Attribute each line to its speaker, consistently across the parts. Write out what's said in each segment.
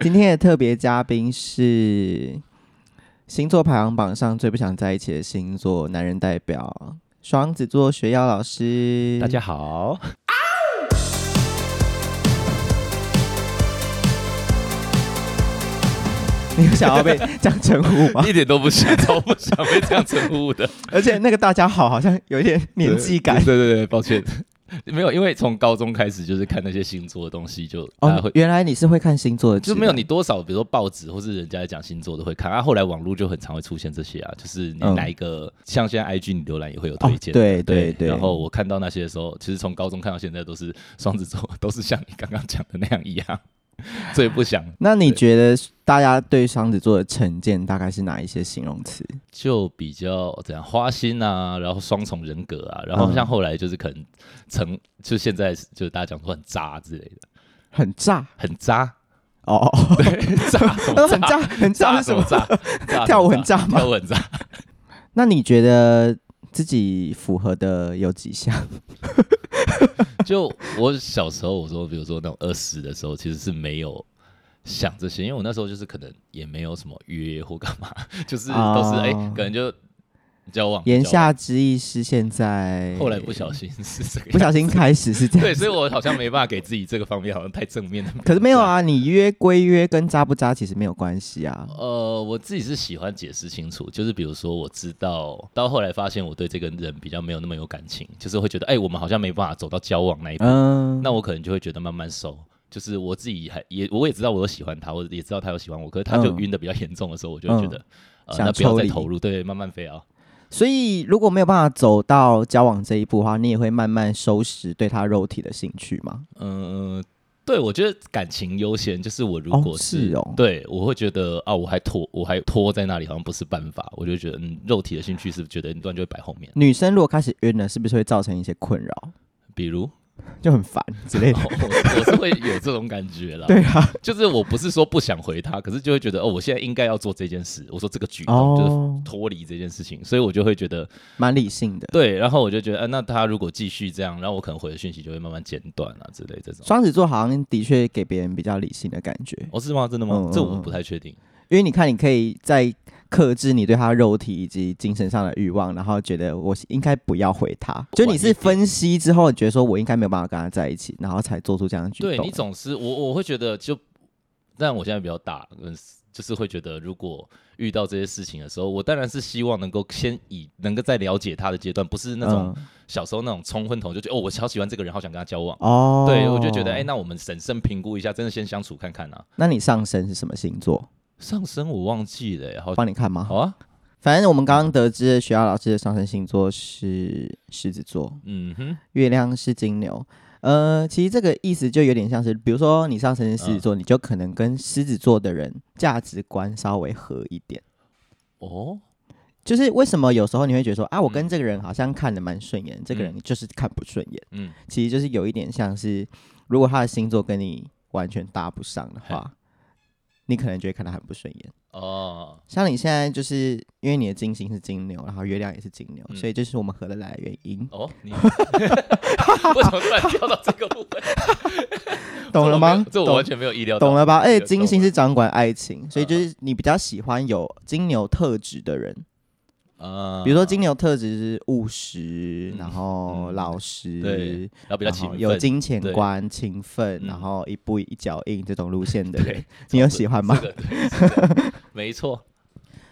Speaker 1: 今天的特别嘉宾是星座排行榜上最不想在一起的星座男人代表双子座学耀老师。
Speaker 2: 大家好，
Speaker 1: 你有想要被这样称呼 吗？
Speaker 3: 一点都不想，都不想被这样称呼的
Speaker 1: 而且那个大家好好像有一点 年纪感。
Speaker 3: 对对对，抱歉， 没有，因为从高中开始就是看那些星座的东西，就大家
Speaker 1: 哦
Speaker 3: 会，。
Speaker 1: 原来你是会看星座的，啊
Speaker 3: 就没有你。多少，比如说报纸或是人家在讲星座都会看啊。后来网络就很常会出现这些啊，就是你
Speaker 1: 嗯
Speaker 3: 哪一个、像现在 IG 你浏览也会有推荐、
Speaker 1: 哦对对
Speaker 3: 对
Speaker 1: 对
Speaker 3: 然后我看到那些的时候，其实从高中看到现在都是双子座，都是像你刚刚讲的那样一样，最不想
Speaker 1: 那你觉得大家对双子座的成见大概是哪一些形容词？
Speaker 3: 就比较怎样花心啊，然后双重人格啊，然后
Speaker 1: 嗯
Speaker 3: 像后来就是可能成就现在是就是大家讲说很渣之类的，
Speaker 1: 很炸
Speaker 3: 很渣，
Speaker 1: 哦哦，哦
Speaker 3: 对，渣什 么
Speaker 1: 很
Speaker 3: 渣
Speaker 1: 炸，很炸
Speaker 3: 渣
Speaker 1: 是什
Speaker 3: 什
Speaker 1: 么
Speaker 3: 么？渣，渣
Speaker 1: 跳舞
Speaker 3: 什么
Speaker 1: 很炸吗
Speaker 3: 跳舞很渣，
Speaker 1: 那你觉得自己符合的有几项？
Speaker 3: 就我小时候，我说，比如说那种二十的时候，其实是没有想这些，因为我那时候就是可能也没有什么约或干嘛， 就是
Speaker 1: 啊
Speaker 3: 都是哎、可能就交往。
Speaker 1: 言
Speaker 3: 交往
Speaker 1: 下之意是现在，
Speaker 3: 后来不小心是这个样子，
Speaker 1: 不小心 开始是这样。
Speaker 3: 对，所以我好像没办法给自己这个方面好像太正面的。
Speaker 1: 可是没有啊，你约归约，跟渣不渣其实没有关系啊。
Speaker 3: 呃，我自己是喜欢解释清楚，就是比如说，我知道到后来发现我对这个人比较没有那么有感情，就是会觉得，哎、我们好像没办法走到交往那一步，
Speaker 1: 嗯，
Speaker 3: 那我可能就会觉得慢慢收。就是我自己还也我也知道我有喜欢他，我也知道他有喜欢我，可是他就
Speaker 1: 嗯
Speaker 3: 晕的比较严重的时候，我就会觉得，呃，
Speaker 1: 想
Speaker 3: 那不要
Speaker 1: 抽
Speaker 3: 再
Speaker 1: 离
Speaker 3: 投入，对，慢慢飞啊。
Speaker 1: 所以如果没有办法走到交往这一步的话，你也会慢慢收拾对他肉体的兴趣吗？
Speaker 3: 嗯、对，我觉得感情优先，就是我如
Speaker 1: 哦
Speaker 3: 果是,、
Speaker 1: 是哦
Speaker 3: 对我会觉得啊，我还拖，我还拖在那里，好像不是办法，我就觉得，嗯，肉体的兴趣是觉得你突然就会摆后面，
Speaker 1: 女生如果开始晕了，是不是会造成一些困扰，
Speaker 3: 比如。
Speaker 1: 就很烦之 类的？
Speaker 3: 哦我我是会有这种感觉啦。
Speaker 1: 对啊，
Speaker 3: 就是我不是说不想回他，可是就会觉得哦，我现在应该要做这件事。我说这个举动、就是
Speaker 1: 哦，
Speaker 3: 脱离这件事情，所以我就会觉得
Speaker 1: 蛮理性的。
Speaker 3: 对。然后我就觉得，啊，那他如果继续这样，然后我可能回的讯息就会慢慢剪短啊之类这种。
Speaker 1: 双子座好像的确给别人比较理性的感觉，
Speaker 3: 哦，是吗？真的吗？
Speaker 1: 嗯
Speaker 3: 这我不太确定。
Speaker 1: 因为你看，你可以在克制你对他肉体以及精神上的欲望，然后觉得我应该不要回他。就你是分析之后，觉得说我应该没有办法跟他在一起，然后才做出这样的举动。
Speaker 3: 对你总是我我会觉得就，但我现在比较大，嗯，就是会觉得如果遇到这些事情的时候，我当然是希望能够先以能够在了解他的阶段，不是那种、
Speaker 1: 嗯
Speaker 3: 小时候那种冲昏头，就觉得哦，我超喜欢这个人，好想跟他交往。
Speaker 1: 哦，
Speaker 3: 对，我就觉得，哎、，那我们审慎评估一下，真的先相处看看啊。
Speaker 1: 那你上身是什么星座？
Speaker 3: 上升我忘记了耶，好
Speaker 1: 我，帮你看吗？
Speaker 3: 好啊，
Speaker 1: 反正我们刚刚得知的学校老师的上升星座是狮子座，
Speaker 3: 嗯哼，
Speaker 1: 月亮是金牛。呃，其实这个意思就有点像是，比如说你上升是狮子
Speaker 3: 嗯
Speaker 1: 座，你就可能跟狮子座的人价值观稍微合一点。
Speaker 3: 哦，
Speaker 1: 就是为什么有时候你会觉得说啊，我跟
Speaker 3: 嗯
Speaker 1: 这个人好像看的蛮顺眼，这个人你就是看不顺眼，
Speaker 3: 嗯，
Speaker 1: 其实就是有一点像是，如果他的星座跟你完全搭不上的话，你可能就会看他很不顺眼。
Speaker 3: 哦，
Speaker 1: 像你现在就是因为你的金星是金牛，然后月亮也是金牛，
Speaker 3: 嗯
Speaker 1: 所以这是我们合得来的原因，
Speaker 3: 哦，你 为什么突然跳到这个部分？
Speaker 1: 懂了吗？
Speaker 3: 这我没有这我
Speaker 1: 懂
Speaker 3: 完全没有意料到。
Speaker 1: 懂了吧？而且金
Speaker 3: 懂
Speaker 1: 星
Speaker 3: 了
Speaker 1: 是掌管爱情，所以
Speaker 3: 嗯
Speaker 1: 就是你比较喜欢有金牛特质的人，
Speaker 3: 啊
Speaker 1: 比如说金，牛特质是务实，
Speaker 3: 嗯
Speaker 1: 然后
Speaker 3: 嗯
Speaker 1: 老实，
Speaker 3: 对然后比较
Speaker 1: 然
Speaker 3: 勤
Speaker 1: 后
Speaker 3: 奋，
Speaker 1: 啊有金钱
Speaker 3: 对
Speaker 1: 观、勤奋，然
Speaker 3: 嗯
Speaker 1: 后一步一脚印这种路线的人
Speaker 3: 对，，
Speaker 1: 你有喜欢吗
Speaker 3: 这个对是的没错，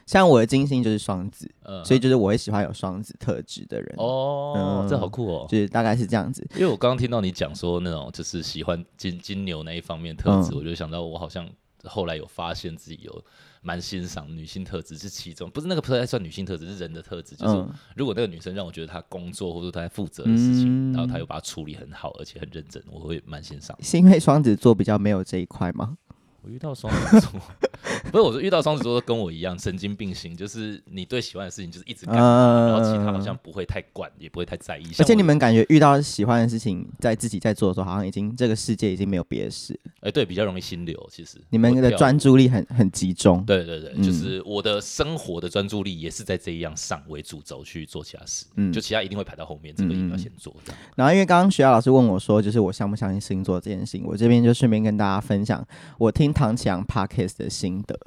Speaker 1: 像我的金星就是双子，
Speaker 3: 嗯，
Speaker 1: 所以就是我会喜欢有双子特质的人，
Speaker 3: 哦
Speaker 1: 嗯，
Speaker 3: 这好酷哦。
Speaker 1: 就是大概是这样子。
Speaker 3: 因为我刚刚听到你讲说那种就是喜欢金金牛那一方面特质，
Speaker 1: 嗯
Speaker 3: 我就想到我好像后来有发现自己有蛮欣赏女性特质，是其中不是那个不太算女性特质，是人的特质。就是
Speaker 1: 嗯，
Speaker 3: 如果那个女生让我觉得她工作或者她在负责的事情，
Speaker 1: 嗯
Speaker 3: 然后她又把它处理很好，而且很认真，我会蛮欣赏。
Speaker 1: 是因为双子座比较没有这一块吗？
Speaker 3: 我遇到双子座， 不是，我说遇到双子座都跟我一样神经病型，就是你对喜欢的事情就是一直
Speaker 1: 嗯
Speaker 3: 干，啊然后其他好像不会太管，也不会太在意。
Speaker 1: 呃而
Speaker 3: 像
Speaker 1: 且你
Speaker 3: 我
Speaker 1: 们感觉遇到喜欢的事情，在自己在做的时候，好像已经这个世界已经没有别的事了，
Speaker 3: 哎、对，比较容易心流。其实
Speaker 1: 你们
Speaker 3: 我
Speaker 1: 的
Speaker 3: 跳
Speaker 1: 专注力很很集中。
Speaker 3: 对对对，
Speaker 1: 嗯
Speaker 3: 就是我的生活的专注力也是在这一样上为主轴去做其他事，
Speaker 1: 嗯
Speaker 3: 就其他一定会排到后面，这个一定要先做。这样
Speaker 1: 然后因为刚刚学校老师问我说，就是我相不相信星座这件事情，我这边就顺便跟大家分享我听唐启阳 podcast 的心得，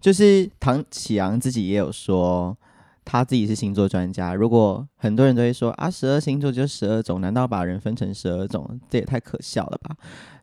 Speaker 1: 就是唐启阳自己也有说。他自己是星座专家，如果很多人都会说啊，十二星座就十二种，难道把人分成十二种，这也太可笑了吧？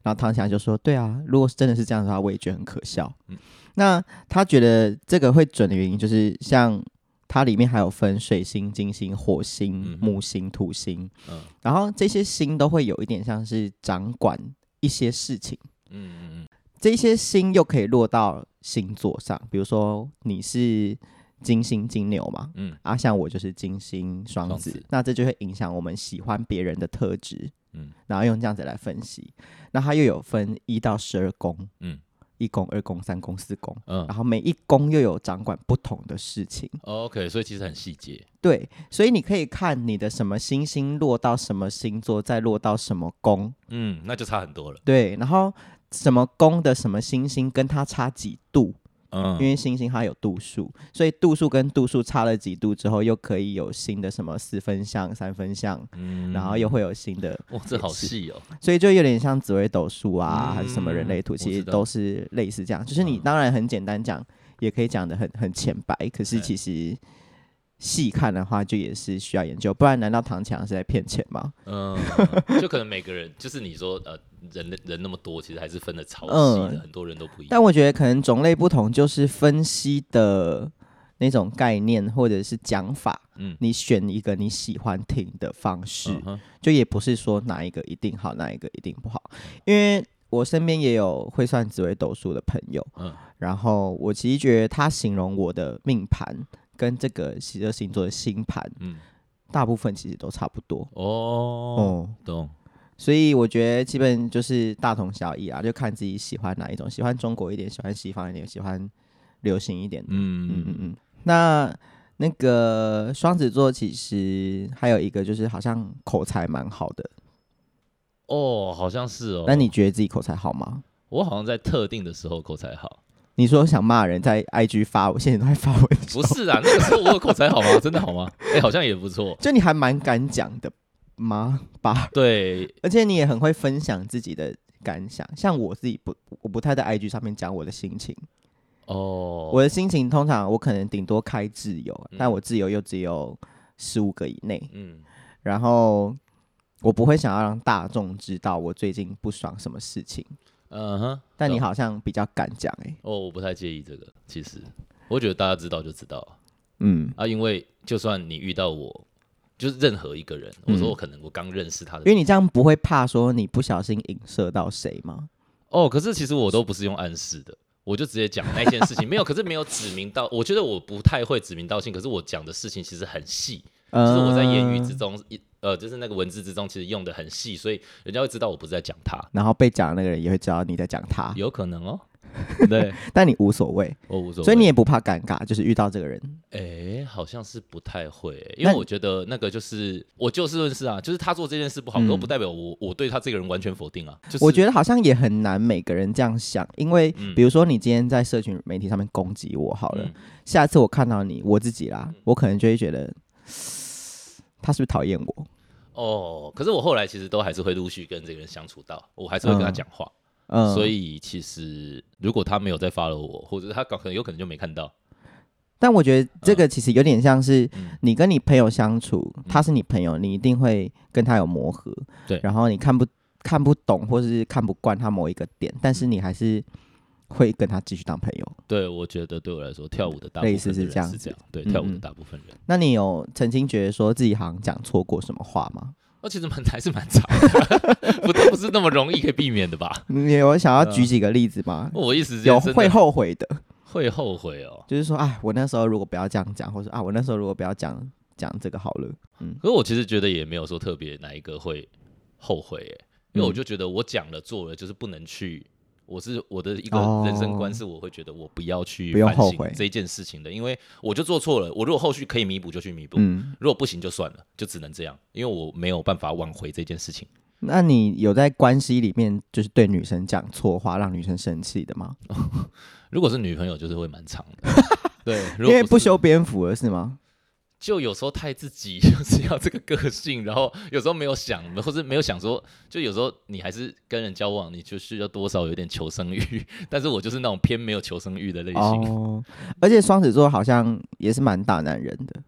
Speaker 1: 然后唐启阳就说，对啊，如果是真的是这样的话，我也觉得很可笑。
Speaker 3: 嗯
Speaker 1: 那他觉得这个会准的原因，就是像它里面还有分水星、金星、火星
Speaker 3: 嗯、
Speaker 1: 木星、土星，
Speaker 3: 嗯
Speaker 1: 然后这些星都会有一点像是掌管一些事情，
Speaker 3: 嗯嗯
Speaker 1: 这些星又可以落到星座上，比如说你是金星金牛嘛，
Speaker 3: 嗯
Speaker 1: 啊，像我就是金星双
Speaker 3: 双
Speaker 1: 子，
Speaker 3: 子
Speaker 1: 那这就会影响我们喜欢别人的特质，
Speaker 3: 嗯
Speaker 1: 然后用这样子来分析，那它又有分一到十二宫，
Speaker 3: 嗯
Speaker 1: 一宫、二宫、三宫、四宫，
Speaker 3: 嗯嗯哦
Speaker 1: 然后每一宫又有掌管不同的事情。
Speaker 3: ，OK，所以其实很细节。
Speaker 1: 对，所以你可以看你的什么星星落到什么星座，再落到什么宫，
Speaker 3: 嗯，那就差很多了。
Speaker 1: 对，然后什么宫的什么星星跟它差几度，因
Speaker 3: 嗯
Speaker 1: 为星星它有度数，所以度数跟度数差了几度之后，又可以有新的什么四分相、三分相，
Speaker 3: 嗯
Speaker 1: 然后又会有新的，
Speaker 3: 哇，这好细哦。
Speaker 1: 所以就有点像紫微斗数啊，还是什么人类
Speaker 3: 嗯
Speaker 1: 图，
Speaker 3: 我
Speaker 1: 其
Speaker 3: 知
Speaker 1: 实
Speaker 3: 道
Speaker 1: 都是类似这样。就是你
Speaker 3: 嗯
Speaker 1: 当然很简单讲，也可以讲的很很浅白，可是
Speaker 3: 对
Speaker 1: 其实。细看的话，就也是需要研究，不然难道唐强是在骗钱吗？
Speaker 3: 嗯，就可能每个人，就是你说呃，人人那么多，其实还是分的超细的，
Speaker 1: 嗯
Speaker 3: 很多人都不一样。
Speaker 1: 但我觉得可能种类不同，就是分析的那种概念或者是讲法，
Speaker 3: 嗯
Speaker 1: 你选一个你喜欢听的方式，
Speaker 3: 嗯哼
Speaker 1: 就也不是说哪一个一定好，哪一个一定不好。因为我身边也有会算紫微斗数的朋友，
Speaker 3: 嗯
Speaker 1: 然后我其实觉得他形容我的命盘跟这个十二星座的星盘，
Speaker 3: 嗯，
Speaker 1: 大部分其实都差不多。
Speaker 3: 哦，
Speaker 1: 哦，
Speaker 3: 懂。
Speaker 1: 所以我觉得基本就是大同小异啊，就看自己喜欢哪一种，喜欢中国一点，喜欢西方一点，喜欢流行一点的。嗯
Speaker 3: 嗯
Speaker 1: 嗯
Speaker 3: 嗯
Speaker 1: 嗯。那那个双子座其实还有一个就是好像口才蛮好的，
Speaker 3: 哦，好像是哦。
Speaker 1: 那你觉得自己口才好吗？
Speaker 3: 我好像在特定的时候口才好，
Speaker 1: 你说想骂人，在 IG 发文，现在都在发文，
Speaker 3: 不是啊？那个时候我有口才好吗？真的好吗？哎、好像也不错。
Speaker 1: 就你还蛮敢讲的吗？吧，
Speaker 3: 对，
Speaker 1: 而且你也很会分享自己的感想，像我自己不，我不太在 IG 上面讲我的心情。
Speaker 3: 哦，
Speaker 1: 我的心情通常我可能顶多开自由，
Speaker 3: 嗯
Speaker 1: 但我自由又只有十五个以内，
Speaker 3: 嗯
Speaker 1: 然后我不会想要让大众知道我最近不爽什么事情。
Speaker 3: 嗯哼，
Speaker 1: 但你
Speaker 3: 懂
Speaker 1: 好像比较敢讲哎、
Speaker 3: 哦，我不太介意这个，其实我觉得大家知道就知道
Speaker 1: 嗯，
Speaker 3: 啊，因为就算你遇到我，就是任何一个人，我说我可能我刚认识他的
Speaker 1: 嗯因为你这样不会怕说你不小心影射到谁吗？
Speaker 3: 哦，可是其实我都不是用暗示的，我就直接讲那件 事情，没有，可是没有指名道，我觉得我不太会指名道姓，可是我讲的事情其实很细，就是我在言语之
Speaker 1: 嗯，
Speaker 3: 中，一呃，就是那个文字之中，其实用的很细，所以人家会知道我不是在讲他，
Speaker 1: 然后被讲的那个人也会知道你在讲他，
Speaker 3: 有可 能哦，对，
Speaker 1: 但你无所谓，
Speaker 3: 我无所谓，
Speaker 1: 所以你也不怕尴尬，就是遇到这个人，
Speaker 3: 哎、好像是不太会、因
Speaker 1: 那
Speaker 3: 为
Speaker 1: 你
Speaker 3: 我觉得那个就是我就事论事啊，就是他做这件事不好，可
Speaker 1: 嗯
Speaker 3: 可不代表我我对他这个人完全否定啊。就是
Speaker 1: 我觉得好像也很难每个人这样想，因为
Speaker 3: 嗯
Speaker 1: 比如说你今天在社群媒体上面攻击我好了，
Speaker 3: 嗯
Speaker 1: 下次我看到你，我自己啦，我可能就会觉得他是不是讨厌我？
Speaker 3: 哦，可是我后来其实都还是会陆续跟这个人相处到，我还是会跟他
Speaker 1: 嗯
Speaker 3: 讲话。
Speaker 1: 嗯，
Speaker 3: 所，以其实如果他没有在 follow 我，或者他搞可能有可能就没看到，
Speaker 1: 但我觉得这个其实有点像是
Speaker 3: 嗯
Speaker 1: 你跟你朋友相处，他是你朋友，你一定会跟他有磨合，
Speaker 3: 对
Speaker 1: 然后你看不看不懂或是看不惯他某一个点，但是你还是会跟他继续当朋友。
Speaker 3: 对我觉得对我来说，跳舞的大部
Speaker 1: 类
Speaker 3: 分
Speaker 1: 似
Speaker 3: 的
Speaker 1: 是
Speaker 3: 人
Speaker 1: 这样
Speaker 3: 是这
Speaker 1: 子
Speaker 3: 样，对，
Speaker 1: 嗯
Speaker 3: 跳舞的
Speaker 1: 嗯
Speaker 3: 大部分人，
Speaker 1: 那你有曾经觉得说自己好像讲错过什么话吗？
Speaker 3: 那、哦其实蛮还是蛮长的， 不都不是那么容易可以避免的吧？
Speaker 1: 你有想要
Speaker 3: 嗯
Speaker 1: 举几个例子吗？
Speaker 3: 我一时间
Speaker 1: 有
Speaker 3: 真的
Speaker 1: 会后悔的，
Speaker 3: 会后悔哦。
Speaker 1: 就是说，哎，我那时候如果不要这样讲，或者啊，我那时候如果不要讲讲这个好了，
Speaker 3: 可是我其实觉得也没有说特别哪一个会后悔耶，因为我
Speaker 1: 嗯
Speaker 3: 就觉得我讲了做了，就是不能去我是我的一个
Speaker 1: 哦
Speaker 3: 人生观是，我会觉得我不要去
Speaker 1: 不用
Speaker 3: 反省
Speaker 1: 后悔
Speaker 3: 这一件事情的，因为我就做错了，我如果后续可以弥补就去弥补，
Speaker 1: 嗯，
Speaker 3: 如果不行就算了，就只能这样，因为我没有办法挽回这件事情。
Speaker 1: 那你有在关系里面就是对女生讲错话，让女生生气的吗？
Speaker 3: 如果是女朋友，就是会蛮长的， 对，如
Speaker 1: 因
Speaker 3: 果
Speaker 1: 为不
Speaker 3: 是
Speaker 1: 修边幅了是吗？
Speaker 3: 就有时候太自己， 就是要这个个性，然后有时候没有想，或是没有想说，就有时候你还是跟人交往，你就是要多少有点求生欲， 但是我就是那种偏没有求生欲的类型。哦
Speaker 1: 哦，而且双子座好像也是蛮大男人的，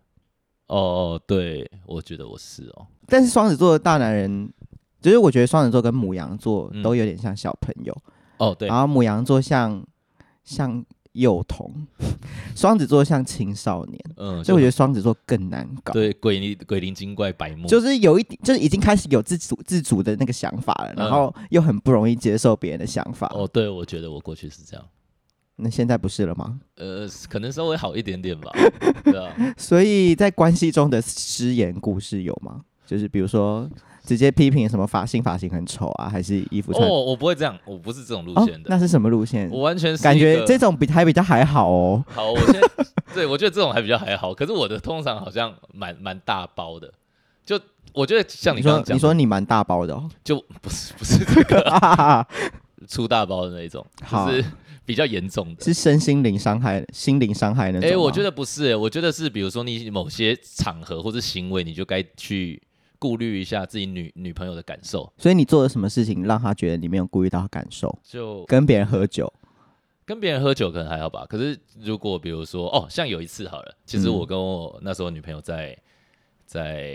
Speaker 3: 哦，对，我觉得我是哦，
Speaker 1: 但是双子座的大男人，就是我觉得双子座跟母羊座
Speaker 3: 嗯
Speaker 1: 都有点像小朋友，
Speaker 3: 哦对
Speaker 1: 然，后母羊座像像幼童， 双子座像青少年，
Speaker 3: 嗯，
Speaker 1: 所以我觉得
Speaker 3: 得
Speaker 1: 双子座更难搞。
Speaker 3: 对鬼灵鬼灵精怪白目，
Speaker 1: 就是有一点，就是已经开始有自主自主的那个想法了，
Speaker 3: 嗯
Speaker 1: 然后又很不容易接受别人的想法。
Speaker 3: 哦，对，我觉得我过去是这样，
Speaker 1: 那现在不是了吗？
Speaker 3: 呃，可能稍微好一点点吧，对啊，
Speaker 1: 所以在关系中的失言故事有吗？就是比如说直接批评什么发型发型很丑啊，还是衣服穿
Speaker 3: 哦，我不会这样，我不是这种路
Speaker 1: 哦
Speaker 3: 线的，
Speaker 1: 那是什么路线？
Speaker 3: 我完全是
Speaker 1: 感
Speaker 3: 一
Speaker 1: 觉
Speaker 3: 个
Speaker 1: 这种比还比较还好哦。
Speaker 3: 好，我现在对我觉得这种还比较还好，可是我的通常好像蛮蛮大包的，就我觉得像你刚
Speaker 1: 说
Speaker 3: 刚讲的，
Speaker 1: 你说你蛮大包的哦，
Speaker 3: 就不是不是这个出大包的那一种，
Speaker 1: 好
Speaker 3: 就是比较严重的。
Speaker 1: 是身心灵伤害、心灵伤害那种
Speaker 3: 哎、
Speaker 1: 吗。
Speaker 3: 我觉
Speaker 1: 得
Speaker 3: 得不是、我觉得是比如说你某些场合或是行为，你就该去顾虑一下自己女女朋友的感受。
Speaker 1: 所以你做了什么事情让他觉得你没有顾虑到他感受？
Speaker 3: 就
Speaker 1: 跟别人喝酒，
Speaker 3: 跟别人喝酒可能还好吧，可是如果比如说哦，像有一次好了，其实
Speaker 1: 嗯
Speaker 3: 我跟我那时候女朋友在在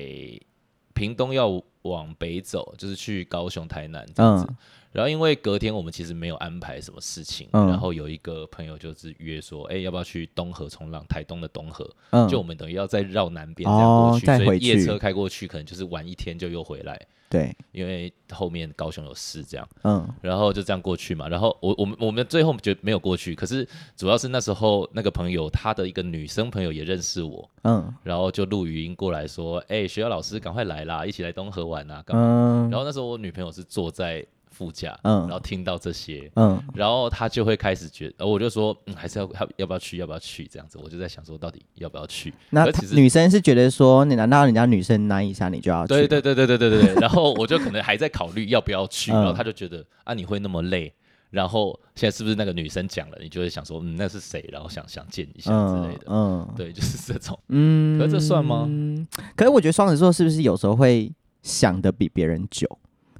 Speaker 3: 屏东要往北走，就是去高雄、台南这样子。
Speaker 1: 嗯
Speaker 3: 然后因为隔天我们其实没有安排什么事情，
Speaker 1: 嗯
Speaker 3: 然后有一个朋友就是约说，哎、要不要去东河冲浪？台东的东河，
Speaker 1: 嗯，
Speaker 3: 就我们等于要再绕南边这样过去，
Speaker 1: 哦再
Speaker 3: 所
Speaker 1: 回
Speaker 3: 以
Speaker 1: 去
Speaker 3: 夜车开过去可能就是玩一天就又回来，
Speaker 1: 对，
Speaker 3: 因为后面高雄有事这样。
Speaker 1: 嗯
Speaker 3: 然后就这样过去嘛。然后我我们我们最后觉得没有过去，可是主要是那时候那个朋友他的一个女生朋友也认识我，
Speaker 1: 嗯
Speaker 3: 然后就录语音过来说：“哎、学校老师赶快来啦，一起来东河玩啊！”干嘛
Speaker 1: 嗯，
Speaker 3: 然后那时候我女朋友是坐在副驾，
Speaker 1: 嗯
Speaker 3: 然后听到这些。
Speaker 1: 嗯，
Speaker 3: 然后她就会开始觉得，呃我就说，嗯，还是要要要不要去，要不要去这样子，我就在想说，到底要不要去？
Speaker 1: 那
Speaker 3: 可
Speaker 1: 他
Speaker 3: 其实
Speaker 1: 女生是觉得说，你难道人家女生难一下你就要去？
Speaker 3: 对对对对对对对对。然后我就可能还在考虑要不要去，
Speaker 1: 嗯
Speaker 3: 然后他就觉得啊你会那么累，然后现在是不是那个女生讲了，你就会想说嗯那是谁，然后想想见一下之类的。
Speaker 1: 嗯，嗯
Speaker 3: 对，就是这种。
Speaker 1: 嗯
Speaker 3: 可是这算吗？
Speaker 1: 可是我觉得双子座是不是有时候会想的比别人久，